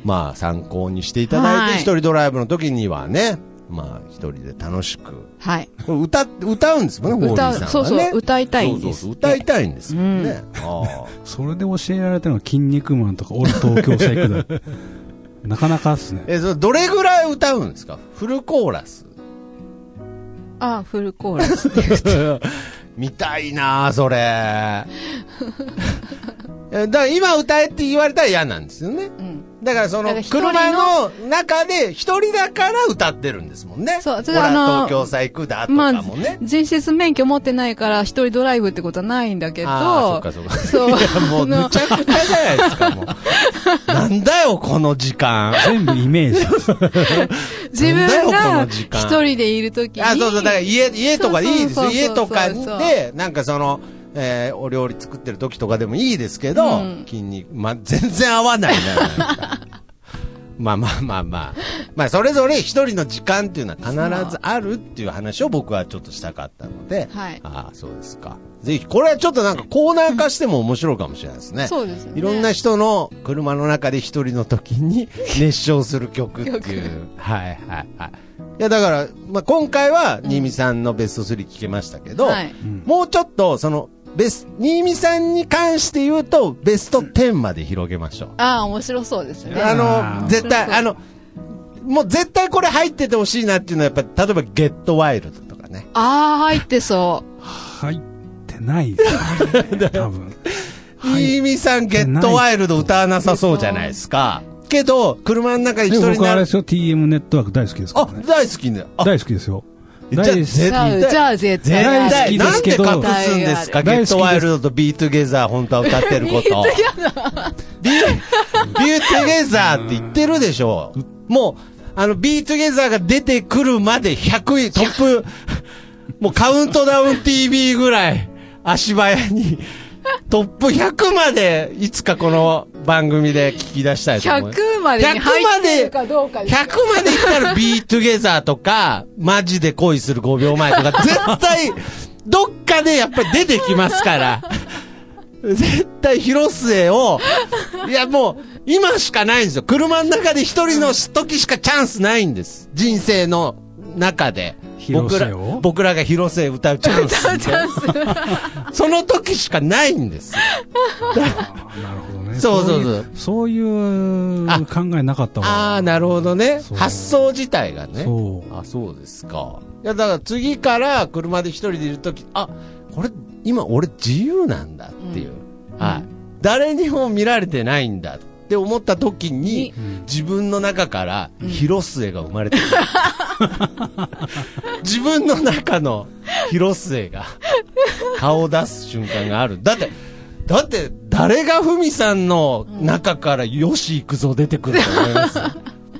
[SPEAKER 1] まあ、参考にしていただい
[SPEAKER 3] は
[SPEAKER 1] て、
[SPEAKER 3] い
[SPEAKER 1] 一人ドライブの時にはね、まあ、一人で楽しく。
[SPEAKER 3] はい。
[SPEAKER 1] これ歌、歌うんですもんね、ホーリーさんはね。
[SPEAKER 3] 歌うそうそう歌いたいんです
[SPEAKER 1] そうそうそう歌いたいんですよね。ああ。
[SPEAKER 4] そう。それで教えられたのが、筋肉マンとか、俺東京サイクル。 なかなかっすね。
[SPEAKER 1] え、それどれぐらい歌うんですかフルコーラス。
[SPEAKER 3] あ、フルコーラ ス。
[SPEAKER 1] 見たいなあそれ。えだから今歌えって言われたら嫌なんですよね。
[SPEAKER 3] うん。
[SPEAKER 1] だからそ
[SPEAKER 3] だ
[SPEAKER 1] の
[SPEAKER 3] から一人の
[SPEAKER 1] 車の中で一人だから歌ってるんですもんね。
[SPEAKER 3] そうそれ
[SPEAKER 1] ほら
[SPEAKER 3] あの
[SPEAKER 1] 東京さ行くだと
[SPEAKER 3] ま
[SPEAKER 1] か
[SPEAKER 3] あ
[SPEAKER 1] もね、。
[SPEAKER 3] 実質免許持ってないから一人ドライブってことはないんだけど、
[SPEAKER 1] あーそっかそ
[SPEAKER 3] そう
[SPEAKER 1] っか。 いやもうむちゃくちゃじゃないですか、もう。 なんだよ、この時間。
[SPEAKER 4] 全部イメージ。
[SPEAKER 3] 自
[SPEAKER 1] な
[SPEAKER 3] 分
[SPEAKER 1] んだよこ
[SPEAKER 3] が
[SPEAKER 1] の時
[SPEAKER 3] 一
[SPEAKER 1] 間
[SPEAKER 3] 人でいるときに、
[SPEAKER 1] あ、そうそう、だから家、家とかでいいです
[SPEAKER 3] そ
[SPEAKER 1] よ。
[SPEAKER 3] うそう
[SPEAKER 1] 家
[SPEAKER 3] そうそう
[SPEAKER 1] とかで、なんかその、えーお料理作ってる時とかでもいいですけど、
[SPEAKER 3] うん
[SPEAKER 1] 筋肉、ま、全然合わない な。まあまあまあまあ。まあ、それぞれ一人の時間っていうのは必ずあるっていう話を僕はちょっとしたかったので、
[SPEAKER 3] はい
[SPEAKER 1] ああ、そうですか。ぜひ、これはちょっとなんかコーナー化しても面白いかもしれないですね。
[SPEAKER 3] そうですね
[SPEAKER 1] いろんな人の車の中で一人の時に熱唱する曲ってい
[SPEAKER 3] 曲
[SPEAKER 1] う。はいはいはい。いやだから、まあ、今回は新見さんのベスト3聞けましたけど、
[SPEAKER 3] はい
[SPEAKER 1] もうちょっとそのベス新見さんに関して言うとベスト10まで広げましょう。
[SPEAKER 3] ああ、面白そうですね。
[SPEAKER 1] あ
[SPEAKER 4] あ
[SPEAKER 1] の
[SPEAKER 4] ー
[SPEAKER 1] 絶対
[SPEAKER 3] そうそう
[SPEAKER 1] あのもう絶対これ入っててほしいなっていうのはやっぱ例えばゲットワイルドとかね。
[SPEAKER 3] ああ、入ってそう。
[SPEAKER 4] 入ってないですね。多分。
[SPEAKER 1] 新見さんゲットワイルド歌わなさそうじゃないですか。けど車の中で一
[SPEAKER 4] でも
[SPEAKER 1] 人に
[SPEAKER 4] 僕
[SPEAKER 1] な
[SPEAKER 4] あれ
[SPEAKER 1] る
[SPEAKER 4] で。すよ、TM ネットワーク大好きですか
[SPEAKER 1] あ
[SPEAKER 4] らね。
[SPEAKER 1] 大好きだよ。あ
[SPEAKER 4] 大好きですよ。
[SPEAKER 1] じゃあ
[SPEAKER 4] 大好き
[SPEAKER 1] 絶
[SPEAKER 3] じゃ
[SPEAKER 1] 対
[SPEAKER 3] あ、じゃあ絶対。
[SPEAKER 4] 絶対好きですけど
[SPEAKER 1] なんで隠すんですかゲットワイルドとビートゥゲザー、本当は歌ってること。ビー トゥゲザービートゥゲザーって言ってるでしょ。もう、あの、ビートゥゲザーが出てくるまで100位、トップ、 もうカウントダウン TV ぐらい、足早に、トップ100まで、いつかこの番組で聞き出したいと思います。
[SPEAKER 3] 100までに入ってるかどうかです
[SPEAKER 1] 100までいったらビートゥゲザーとか、マジで恋する5秒前とか、絶対、どっかでやっぱり出てきますから。絶対広末を、いやもう、今しかないんですよ。車の中で一人の時しかチャンスないんです。人生の中で。
[SPEAKER 4] 広末を
[SPEAKER 1] 僕ら僕らが広末歌うチャン ス。
[SPEAKER 3] チャンス。
[SPEAKER 1] その時しかないんです。
[SPEAKER 4] あーなるほどね。
[SPEAKER 1] そうそうそう
[SPEAKER 4] そういう。そういう考えなかったわ。
[SPEAKER 1] ああ、なるほどね
[SPEAKER 4] そ。う
[SPEAKER 1] 発想自体がね。
[SPEAKER 4] そう
[SPEAKER 1] あ、そうですか。いや、だから次から車で一人でいるとき、あ、これ、今俺自由なんだっていう。はい。誰にも見られてないんだって思ったときに、自分の中から広末が生まれてくる。 自分の中の広末が顔を出す瞬間がある。だって、だって、誰がふみさんの中からよし行くぞ出てくると思い ます。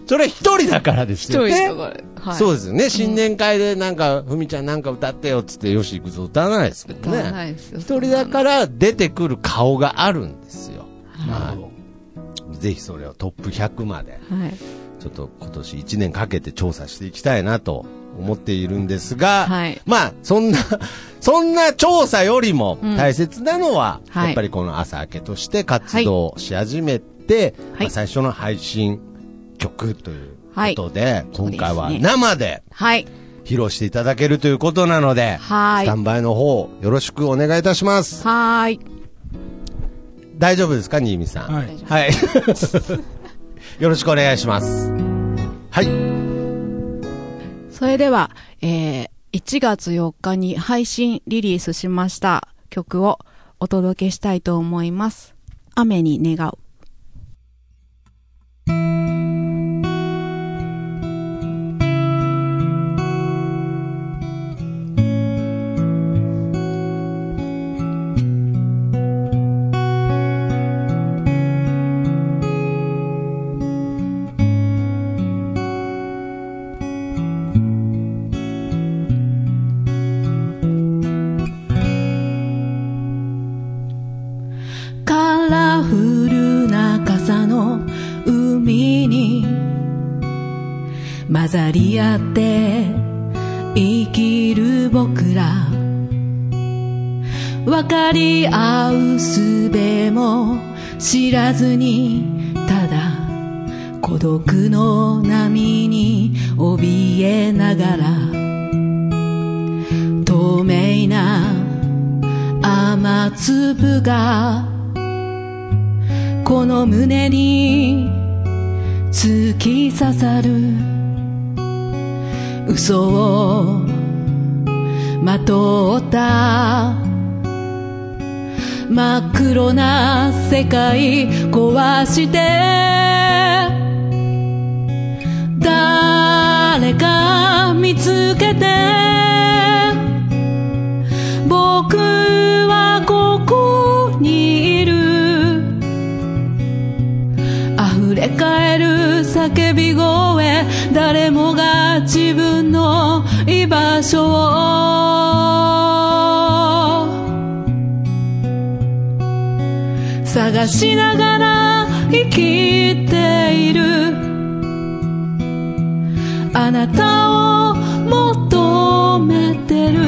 [SPEAKER 1] それは一人だからですよ
[SPEAKER 3] 一
[SPEAKER 1] ね。
[SPEAKER 3] 人だから。はい。
[SPEAKER 1] そうですよね。新年会でなんか、ふみちゃんなんか歌ってよっつって、よし行くぞ歌わないですもんね。
[SPEAKER 3] 歌わないですよ
[SPEAKER 1] 一人だから出てくる顔があるんですよ。
[SPEAKER 4] なるほ
[SPEAKER 1] はい。ぜひそれをトップ100まで、
[SPEAKER 3] はい。
[SPEAKER 1] ちょっと今年1年かけて調査していきたいなと思っているんですが、
[SPEAKER 3] はい
[SPEAKER 1] まあ、そんな、 そんな調査よりも
[SPEAKER 3] ん
[SPEAKER 1] 大切なのは、
[SPEAKER 3] はい
[SPEAKER 1] やっぱりこの朝明けとして活動し始めて、
[SPEAKER 3] はい
[SPEAKER 1] まあ最初の配信曲ということで、
[SPEAKER 3] そうですね
[SPEAKER 1] 今回は生で、
[SPEAKER 3] はい。
[SPEAKER 1] 披露していただけるということなので、
[SPEAKER 3] はい
[SPEAKER 1] スタンバイの方、よろしくお願いいたします。
[SPEAKER 3] はーい。
[SPEAKER 1] 大丈夫ですか、新見さん。。
[SPEAKER 4] はい
[SPEAKER 1] はい。 よろしくお願いします。はい。
[SPEAKER 3] それでは、えー、1月4日に配信リリースしました曲をお届けしたいと思います。雨に願う。
[SPEAKER 5] 「
[SPEAKER 3] 混ざり合って生きる僕ら分かり合う術も知らずにただ孤独の波に怯えながら透明な雨粒がこの胸に突き刺さる嘘をまとった真っ黒な世界壊して誰か見つけて僕はここにいる溢れ返る叫び声誰もが自分の居場所を探しながら生きているあなたを求めてる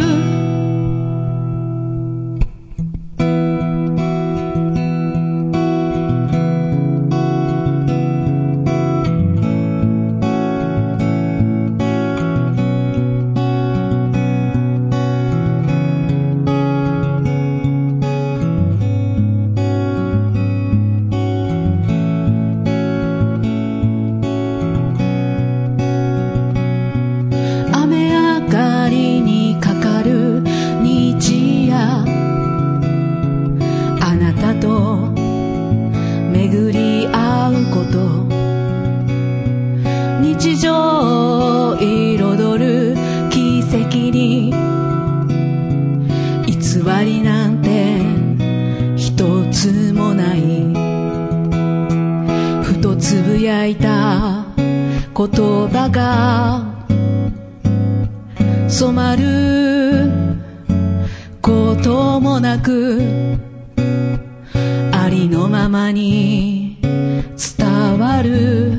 [SPEAKER 3] 雨上がりにかかる日夜あなたと巡り合うこと日常を彩る奇跡に偽りなんて一つもないふとつぶやいた言葉が染まることもなくありのままに伝わる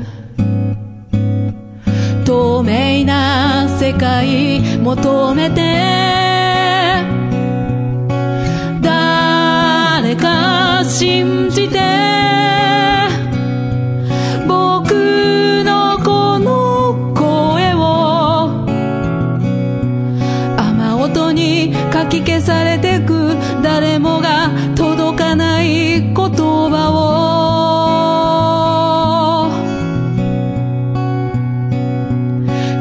[SPEAKER 3] 透明な世界求めて誰か信じて僕のこの声を雨音にかき消されてく誰もが届かない言葉を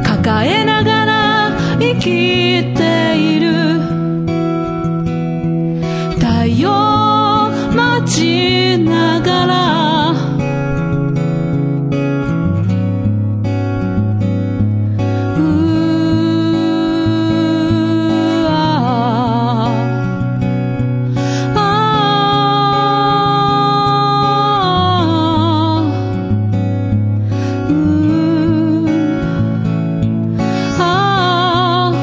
[SPEAKER 3] 抱えながら生きている太陽待ちながらうーわーあーうーあー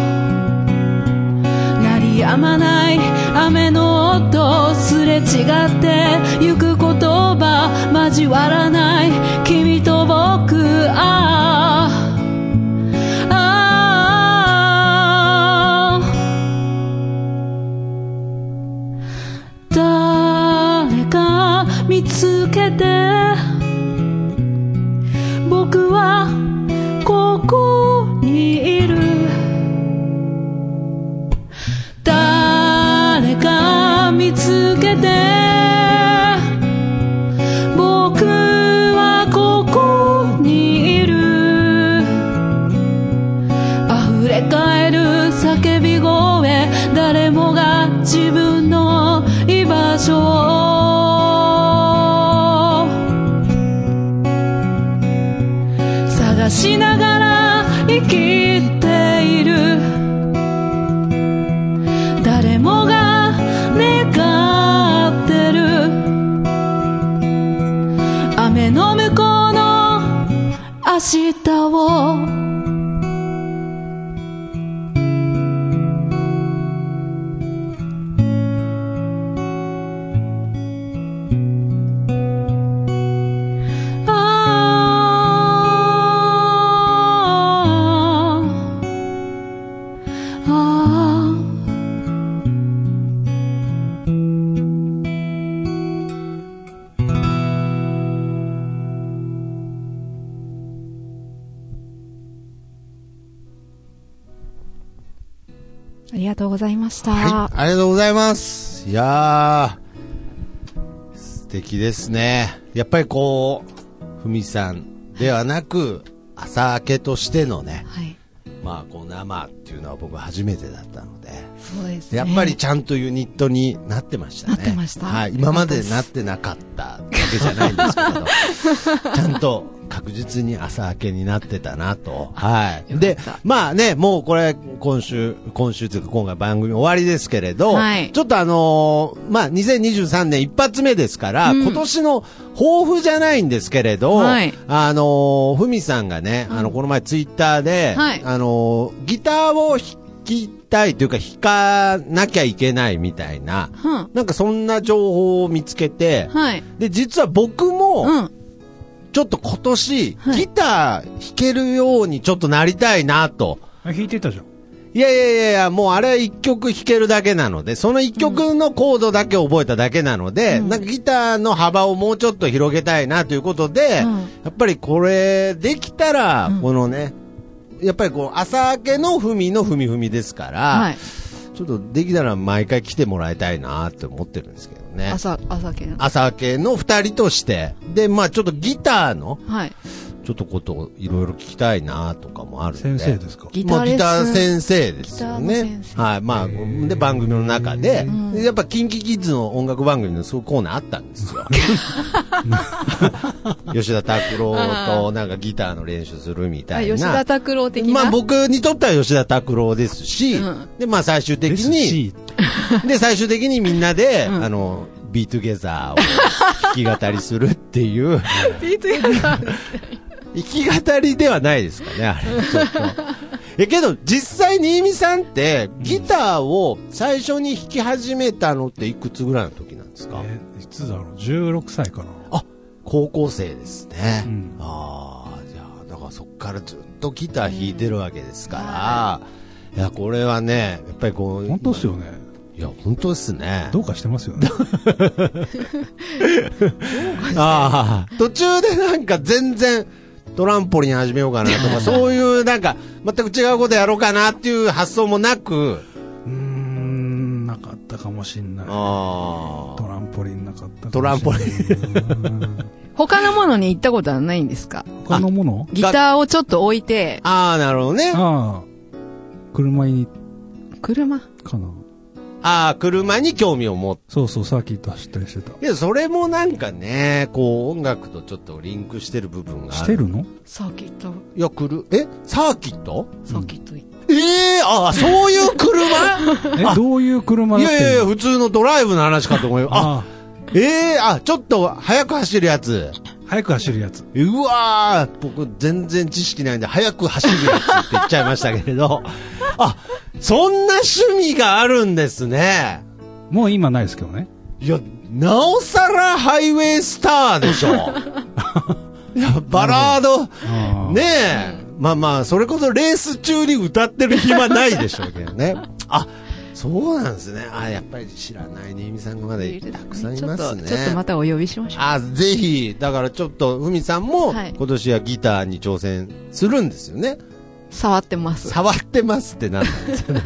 [SPEAKER 3] 鳴り止まない雨の音すれ違ってゆく言葉交わらない君と僕ああああ誰か見つけて僕はここにいる誰か見つけて僕はここにいる溢れ返る叫び声誰もが自分の居場所を探しながら生きている誰もが願ってる雨の向こうの明日をああありがとうございました。
[SPEAKER 1] はい、ありがとうございます。いやー、素敵ですね。やっぱりこう、ふみさんではなく、朝明けとしてのね、
[SPEAKER 3] はい。
[SPEAKER 1] まあこう生っていうのは僕初めてだったので、
[SPEAKER 3] そうですね。
[SPEAKER 1] やっぱりちゃんとユニットになってましたね。
[SPEAKER 3] なってました
[SPEAKER 1] はい、今までなってなかったわけじゃないんです けど、ちゃんと確実に朝明けになってたなと。はい。で、まあね、もうこれ、今週、今週というか今回番組終わりですけれど、
[SPEAKER 3] はい
[SPEAKER 1] ちょっとあのーまあ2023年一発目ですから、今年の抱負じゃないんですけれど、
[SPEAKER 3] はい
[SPEAKER 1] あのーふみさんがね、あの、この前ツイッターで、
[SPEAKER 3] はい
[SPEAKER 1] あのーギターを弾きたいというか弾かなきゃいけないみたいな、
[SPEAKER 3] うん
[SPEAKER 1] なんかそんな情報を見つけて、
[SPEAKER 3] はい。
[SPEAKER 1] で、実は僕
[SPEAKER 3] う
[SPEAKER 1] も、
[SPEAKER 3] ん。
[SPEAKER 1] ちょっと今年、
[SPEAKER 3] はい
[SPEAKER 1] ギター弾けるようにちょっとなりたいなと。
[SPEAKER 4] あ弾いてたじゃん
[SPEAKER 1] いやいやいやいや、もうあれは一曲弾けるだけなので、その一曲のコードだけ覚えただけなので、なんかギターの幅をもうちょっと広げたいなということで、
[SPEAKER 3] うん
[SPEAKER 1] やっぱりこれできたら、このね、やっぱりこう、朝明けのふみのふみふみですから、
[SPEAKER 3] はい。
[SPEAKER 1] ちょっとできたら毎回来てもらいたいなって思ってるんですけどね。
[SPEAKER 3] 朝、朝系の。
[SPEAKER 1] 朝明けの二人として、で、まあちょっとギターの、
[SPEAKER 3] はい。
[SPEAKER 1] ちょっとことをいろいろ聞きたいなとかもあるんで。
[SPEAKER 4] 先生ですか
[SPEAKER 3] ギタ
[SPEAKER 1] ま
[SPEAKER 3] ー
[SPEAKER 1] あ、
[SPEAKER 3] レ
[SPEAKER 1] ギ
[SPEAKER 3] ッスン。
[SPEAKER 1] ター先生ですよ
[SPEAKER 3] ギターの
[SPEAKER 1] ね
[SPEAKER 3] 先。生
[SPEAKER 1] はい。まあ、で、番組の中で、でやっぱ、キンキキッズの音楽番組のそういうコーナーあったん ですよ。吉田拓郎と、なんかギターの練習するみた
[SPEAKER 3] あ
[SPEAKER 1] いな。
[SPEAKER 3] 吉田拓郎的な。
[SPEAKER 1] まあ、 僕にとっては吉田拓郎ですし、
[SPEAKER 3] うん
[SPEAKER 1] で、まあ、最終的
[SPEAKER 4] です
[SPEAKER 1] に、
[SPEAKER 4] し
[SPEAKER 1] で、最終的にみんなで、あの、ビートゥゲザーを弾き語りするっていう、
[SPEAKER 3] ビートや
[SPEAKER 1] 弾
[SPEAKER 3] だ。
[SPEAKER 1] き語りではないですかね、あれ。ちょっと。え、けど、実際、新見さんって、ギターを最初に弾き始めたのっていくつぐらいの時なんですか、
[SPEAKER 4] えいつだろう16歳かな
[SPEAKER 1] あ、高校生ですね。
[SPEAKER 4] うん
[SPEAKER 1] ああ、じゃあ、だからそっからずっとギター弾いてるわけですから、いや、これはね、やっぱりこう、
[SPEAKER 4] 本当っすよね
[SPEAKER 1] いや、本当ですね。
[SPEAKER 4] どうかしてますよね
[SPEAKER 1] ああ、途中でなんか全然、トランポリン始めようかな とか、そういうなんか、全く違うことやろうかなっていう発想もなく、
[SPEAKER 4] うーんなかったかもしんない
[SPEAKER 1] あ
[SPEAKER 4] トランポリンなかった
[SPEAKER 1] トランポリ
[SPEAKER 4] ン
[SPEAKER 3] 他のものに行ったことはないんですか
[SPEAKER 4] 他のもの
[SPEAKER 3] ギターをちょっと置いて、
[SPEAKER 1] あー、なるほどね。あ
[SPEAKER 4] ああ車に
[SPEAKER 3] 車
[SPEAKER 4] かな
[SPEAKER 1] あー、車に興味を持って。
[SPEAKER 4] そうそうサーキット走ったりしてた
[SPEAKER 1] いや、それもなんかね、こう、音楽とちょっとリンクしてる部分がある。
[SPEAKER 4] してるの
[SPEAKER 3] サーキット、
[SPEAKER 1] いや、くる、えサーキット
[SPEAKER 3] サーキット行っ
[SPEAKER 1] ええ ああ、そういう車
[SPEAKER 4] えどういう車
[SPEAKER 1] い
[SPEAKER 4] だっ
[SPEAKER 1] や
[SPEAKER 4] て
[SPEAKER 1] い
[SPEAKER 4] んの
[SPEAKER 1] やいや、普通のドライブの話かと思うよ。あ、
[SPEAKER 4] あ
[SPEAKER 1] ええあ、ちょっと早く走るやつ。
[SPEAKER 4] あ早く走るやつ
[SPEAKER 1] うわー、僕全然知識ないんで、早く走るやつって言っちゃいましたけれど。あ、そんな趣味があるんですね。
[SPEAKER 4] もう今ないですけどね
[SPEAKER 1] いや、なおさらハイウェイスターでしょ。いやバラー
[SPEAKER 4] あ
[SPEAKER 1] ド、
[SPEAKER 4] ー
[SPEAKER 1] ねえ。まあまあ、それこそレース中に歌ってる暇ないでしょうけどね。あ、そうなんですね。あ、やっぱり知らない新見さんがまだ
[SPEAKER 3] て
[SPEAKER 1] たくさんいま
[SPEAKER 3] ちょ
[SPEAKER 1] す
[SPEAKER 3] っ
[SPEAKER 1] ね。
[SPEAKER 3] と、ちょっとまたお呼びしましょう。
[SPEAKER 1] あ、ぜひ、だからちょっと、ふみさんも、
[SPEAKER 3] はい
[SPEAKER 1] 今年はギターに挑戦するんですよね。
[SPEAKER 3] 触ってます。
[SPEAKER 1] 触ってますってなんなんですよ。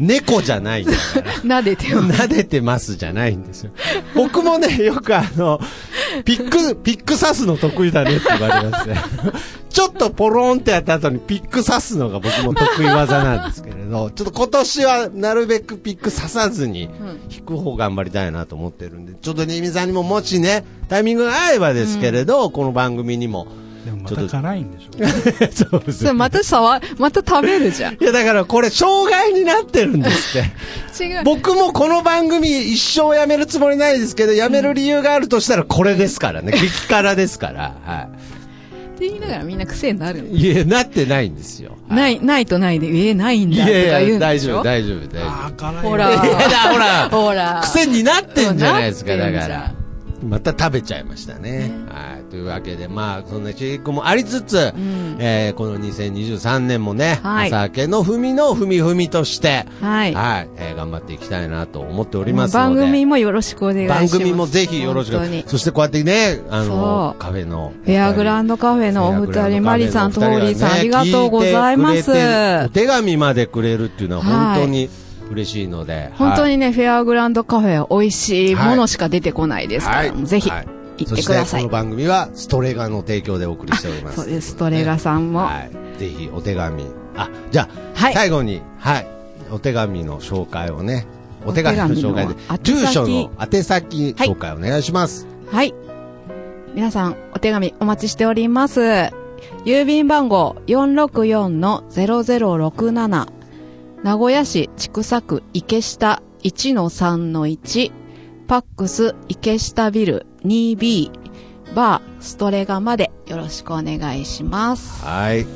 [SPEAKER 1] 猫じゃないんだから。
[SPEAKER 3] 撫 でてます。
[SPEAKER 1] 撫でてますじゃないんですよ。僕も ね、よくあの、ピック、ピック刺すの得意だねって言われます ね。ちょっとポロンってやった後にピック刺すのが僕も得意技なんですけれど、ちょっと今年はなるべくピック刺さずに弾く方頑張りたいなと思ってるんで、ちょっとね、みさんにももしね、タイミングが合えばですけれど、この番組にも。
[SPEAKER 4] でもま
[SPEAKER 1] ちょ
[SPEAKER 4] た
[SPEAKER 1] っと
[SPEAKER 4] 辛いんでし ょ
[SPEAKER 1] そうです
[SPEAKER 3] それまた触、また食べるじゃん。
[SPEAKER 1] いや、だからこれ障害になってるんですって。
[SPEAKER 3] 違う。
[SPEAKER 1] 僕もこの番組一生やめるつもりないですけど、やめる理由があるとしたらこれですから ね。激辛ですから。は
[SPEAKER 3] って言いながらみんな癖になるの
[SPEAKER 1] い。いや、なってないんですよ。はい
[SPEAKER 3] ない、ないとないで、えー、ないん
[SPEAKER 1] い
[SPEAKER 3] だとか
[SPEAKER 1] やい
[SPEAKER 3] 言う
[SPEAKER 1] や、
[SPEAKER 3] んで
[SPEAKER 1] 大
[SPEAKER 3] し
[SPEAKER 1] 丈
[SPEAKER 3] ょ
[SPEAKER 1] 夫、大丈夫、大丈
[SPEAKER 4] ああ辛い
[SPEAKER 3] ほら
[SPEAKER 1] 夫。いや、だほら、
[SPEAKER 3] ほら。
[SPEAKER 1] 癖になってんじゃないですか、
[SPEAKER 3] なって
[SPEAKER 1] だ
[SPEAKER 3] んじ
[SPEAKER 1] か
[SPEAKER 3] ゃん
[SPEAKER 1] ら。また食べちゃいましたね。はい。というわけで、まあ、そんな刺激もありつつ、えーこの2023年もね、
[SPEAKER 3] はい
[SPEAKER 1] 朝明けの踏みの踏み踏みとして、
[SPEAKER 3] はい
[SPEAKER 1] えー頑張っていきたいなと思っておりますの
[SPEAKER 3] 番
[SPEAKER 1] で。
[SPEAKER 3] 組もよろしくお願いしま
[SPEAKER 1] 番
[SPEAKER 3] す。
[SPEAKER 1] 組もぜひよろしく
[SPEAKER 3] 本当に。
[SPEAKER 1] そしてこうやってね、あの
[SPEAKER 3] そ、う
[SPEAKER 1] カフェの。
[SPEAKER 3] フェアグランドカフェのお二
[SPEAKER 1] フェア
[SPEAKER 3] 人
[SPEAKER 1] グランドカフェのお二人
[SPEAKER 3] マリさんとホーリーさん
[SPEAKER 1] がね
[SPEAKER 3] ありがとうございま
[SPEAKER 1] 聞
[SPEAKER 3] す
[SPEAKER 1] てくれてお手紙までくれるっていうのは本当に嬉しいので。
[SPEAKER 3] 本当
[SPEAKER 1] はい
[SPEAKER 3] にね、フェアグラウンドカフェは美味しいものしか出てこないですから、
[SPEAKER 1] はい
[SPEAKER 3] ぜひ
[SPEAKER 1] はい
[SPEAKER 3] 行ってくださ
[SPEAKER 1] そして
[SPEAKER 3] い。
[SPEAKER 1] この番組はストレガの提供でお送りしております。
[SPEAKER 3] そうです、ストレガさんも。
[SPEAKER 1] はい。ぜひお手紙。あ、じゃあ、
[SPEAKER 3] はい
[SPEAKER 1] 最後に、はい。お手紙の紹介をね。お手紙の紹介で
[SPEAKER 3] お、手
[SPEAKER 1] 住
[SPEAKER 3] 紙の宛先
[SPEAKER 1] 所の宛先紹介お願いします。
[SPEAKER 3] はい。皆さん、お手紙お待ちしております。郵便番号464-0067。名古屋市千種区池下1-3-1。パックス池下ビル 2B。バーストレガまでよろしくお願いします。
[SPEAKER 1] はい。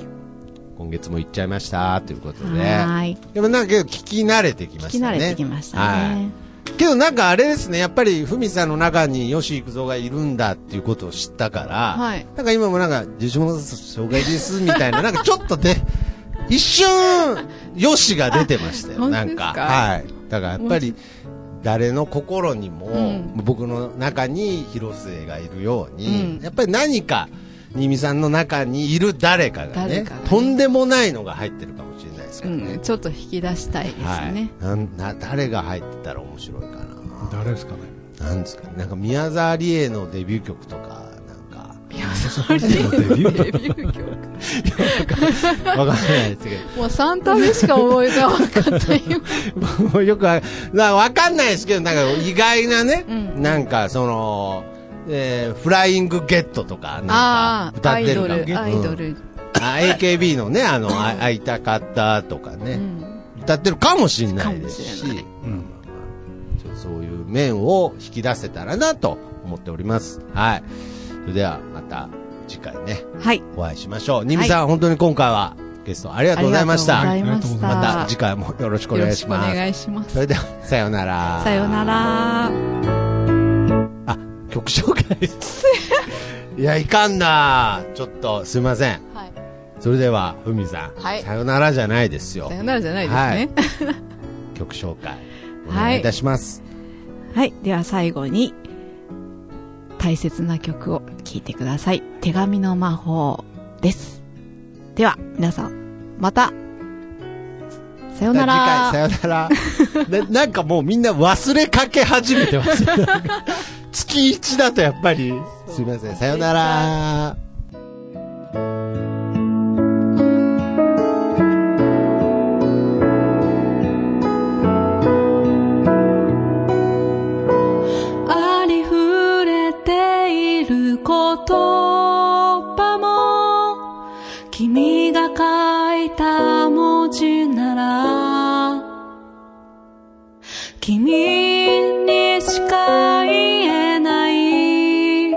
[SPEAKER 1] 今月も行っちゃいました、ということで。
[SPEAKER 3] はい。
[SPEAKER 1] でもなんか聞き慣れてきま
[SPEAKER 3] 聞
[SPEAKER 1] し
[SPEAKER 3] き
[SPEAKER 1] た
[SPEAKER 3] 慣
[SPEAKER 1] ね。
[SPEAKER 3] れてきましたね。
[SPEAKER 1] はい。けどなんかあれですね、やっぱりふみさんの中に吉幾三がいるんだっていうことを知ったから、
[SPEAKER 3] はい
[SPEAKER 1] なんか今もなんか、受賞の紹介ですみたいな、なんかちょっと で、一瞬、よしが出てましたよ、
[SPEAKER 3] あ
[SPEAKER 1] なんか。
[SPEAKER 3] 本当ですか
[SPEAKER 1] はい。だからやっぱり、誰の心にも、
[SPEAKER 3] ん
[SPEAKER 1] 僕の中に広末がいるように、
[SPEAKER 3] うん
[SPEAKER 1] やっぱり何か、新見さんの中にいる誰かがね
[SPEAKER 3] 誰かがね
[SPEAKER 1] とんでもないのが入ってるかもしれないですからね。
[SPEAKER 3] うん、ちょっと引き出したいですね。
[SPEAKER 1] はい、なんな誰が入ってたら面白いか
[SPEAKER 4] 誰ですかね
[SPEAKER 1] ななんですかねなんか宮沢りえのデビュー曲とかなん
[SPEAKER 3] 宮沢りえのデビュー曲。
[SPEAKER 1] かわかんないですけ
[SPEAKER 3] もうサンタ目しか思い浮かばなかったよ。
[SPEAKER 1] ど もうよくわなわかんないですけどなんか意外なね、
[SPEAKER 3] うん
[SPEAKER 1] なんかその、えーフライングゲットとかなんか歌
[SPEAKER 3] あ、ア
[SPEAKER 1] っ
[SPEAKER 3] イ
[SPEAKER 1] てる
[SPEAKER 3] ド
[SPEAKER 1] か
[SPEAKER 3] ル、アイドル。
[SPEAKER 1] あ AKB のねあのあ会いたかったとかね、歌ってるかもしれないですし
[SPEAKER 3] かもしれない
[SPEAKER 4] うん
[SPEAKER 1] ちょっとそういう面を引き出せたらなと思っております。はい。それではまた次回ね、
[SPEAKER 3] はい。
[SPEAKER 1] お会いしましょう。にみさん、本当に今回はゲストありがとうございまし
[SPEAKER 3] あ
[SPEAKER 1] た。
[SPEAKER 3] りがとうござい
[SPEAKER 1] ま
[SPEAKER 3] ました。
[SPEAKER 1] た次回もよろしくお願いしま
[SPEAKER 3] よろしくお
[SPEAKER 1] す。
[SPEAKER 3] 願いします
[SPEAKER 1] そ。れでは、さようなら。
[SPEAKER 3] さよなら。
[SPEAKER 1] あ、曲紹介 です。いや、いかんなちょっと、すいません。
[SPEAKER 3] はい。
[SPEAKER 1] それでは、ふみさん。
[SPEAKER 3] はい
[SPEAKER 1] さよならじゃないですよ
[SPEAKER 3] さ。よならじゃないですね。
[SPEAKER 1] 曲紹介。お願いいたします。
[SPEAKER 3] はい。では最後に、大切な曲を聴いてください。手紙の魔法です。では、皆さん、また、さよなら。
[SPEAKER 1] じゃあ次回、さよなら。な なんかもうみんな忘れかけ始めてます。なんか月一だとやっぱり、すいません、さよな ら。
[SPEAKER 5] ありふれている言葉も君が書いた文字なら君にしか言えない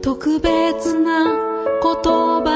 [SPEAKER 5] 特別な言葉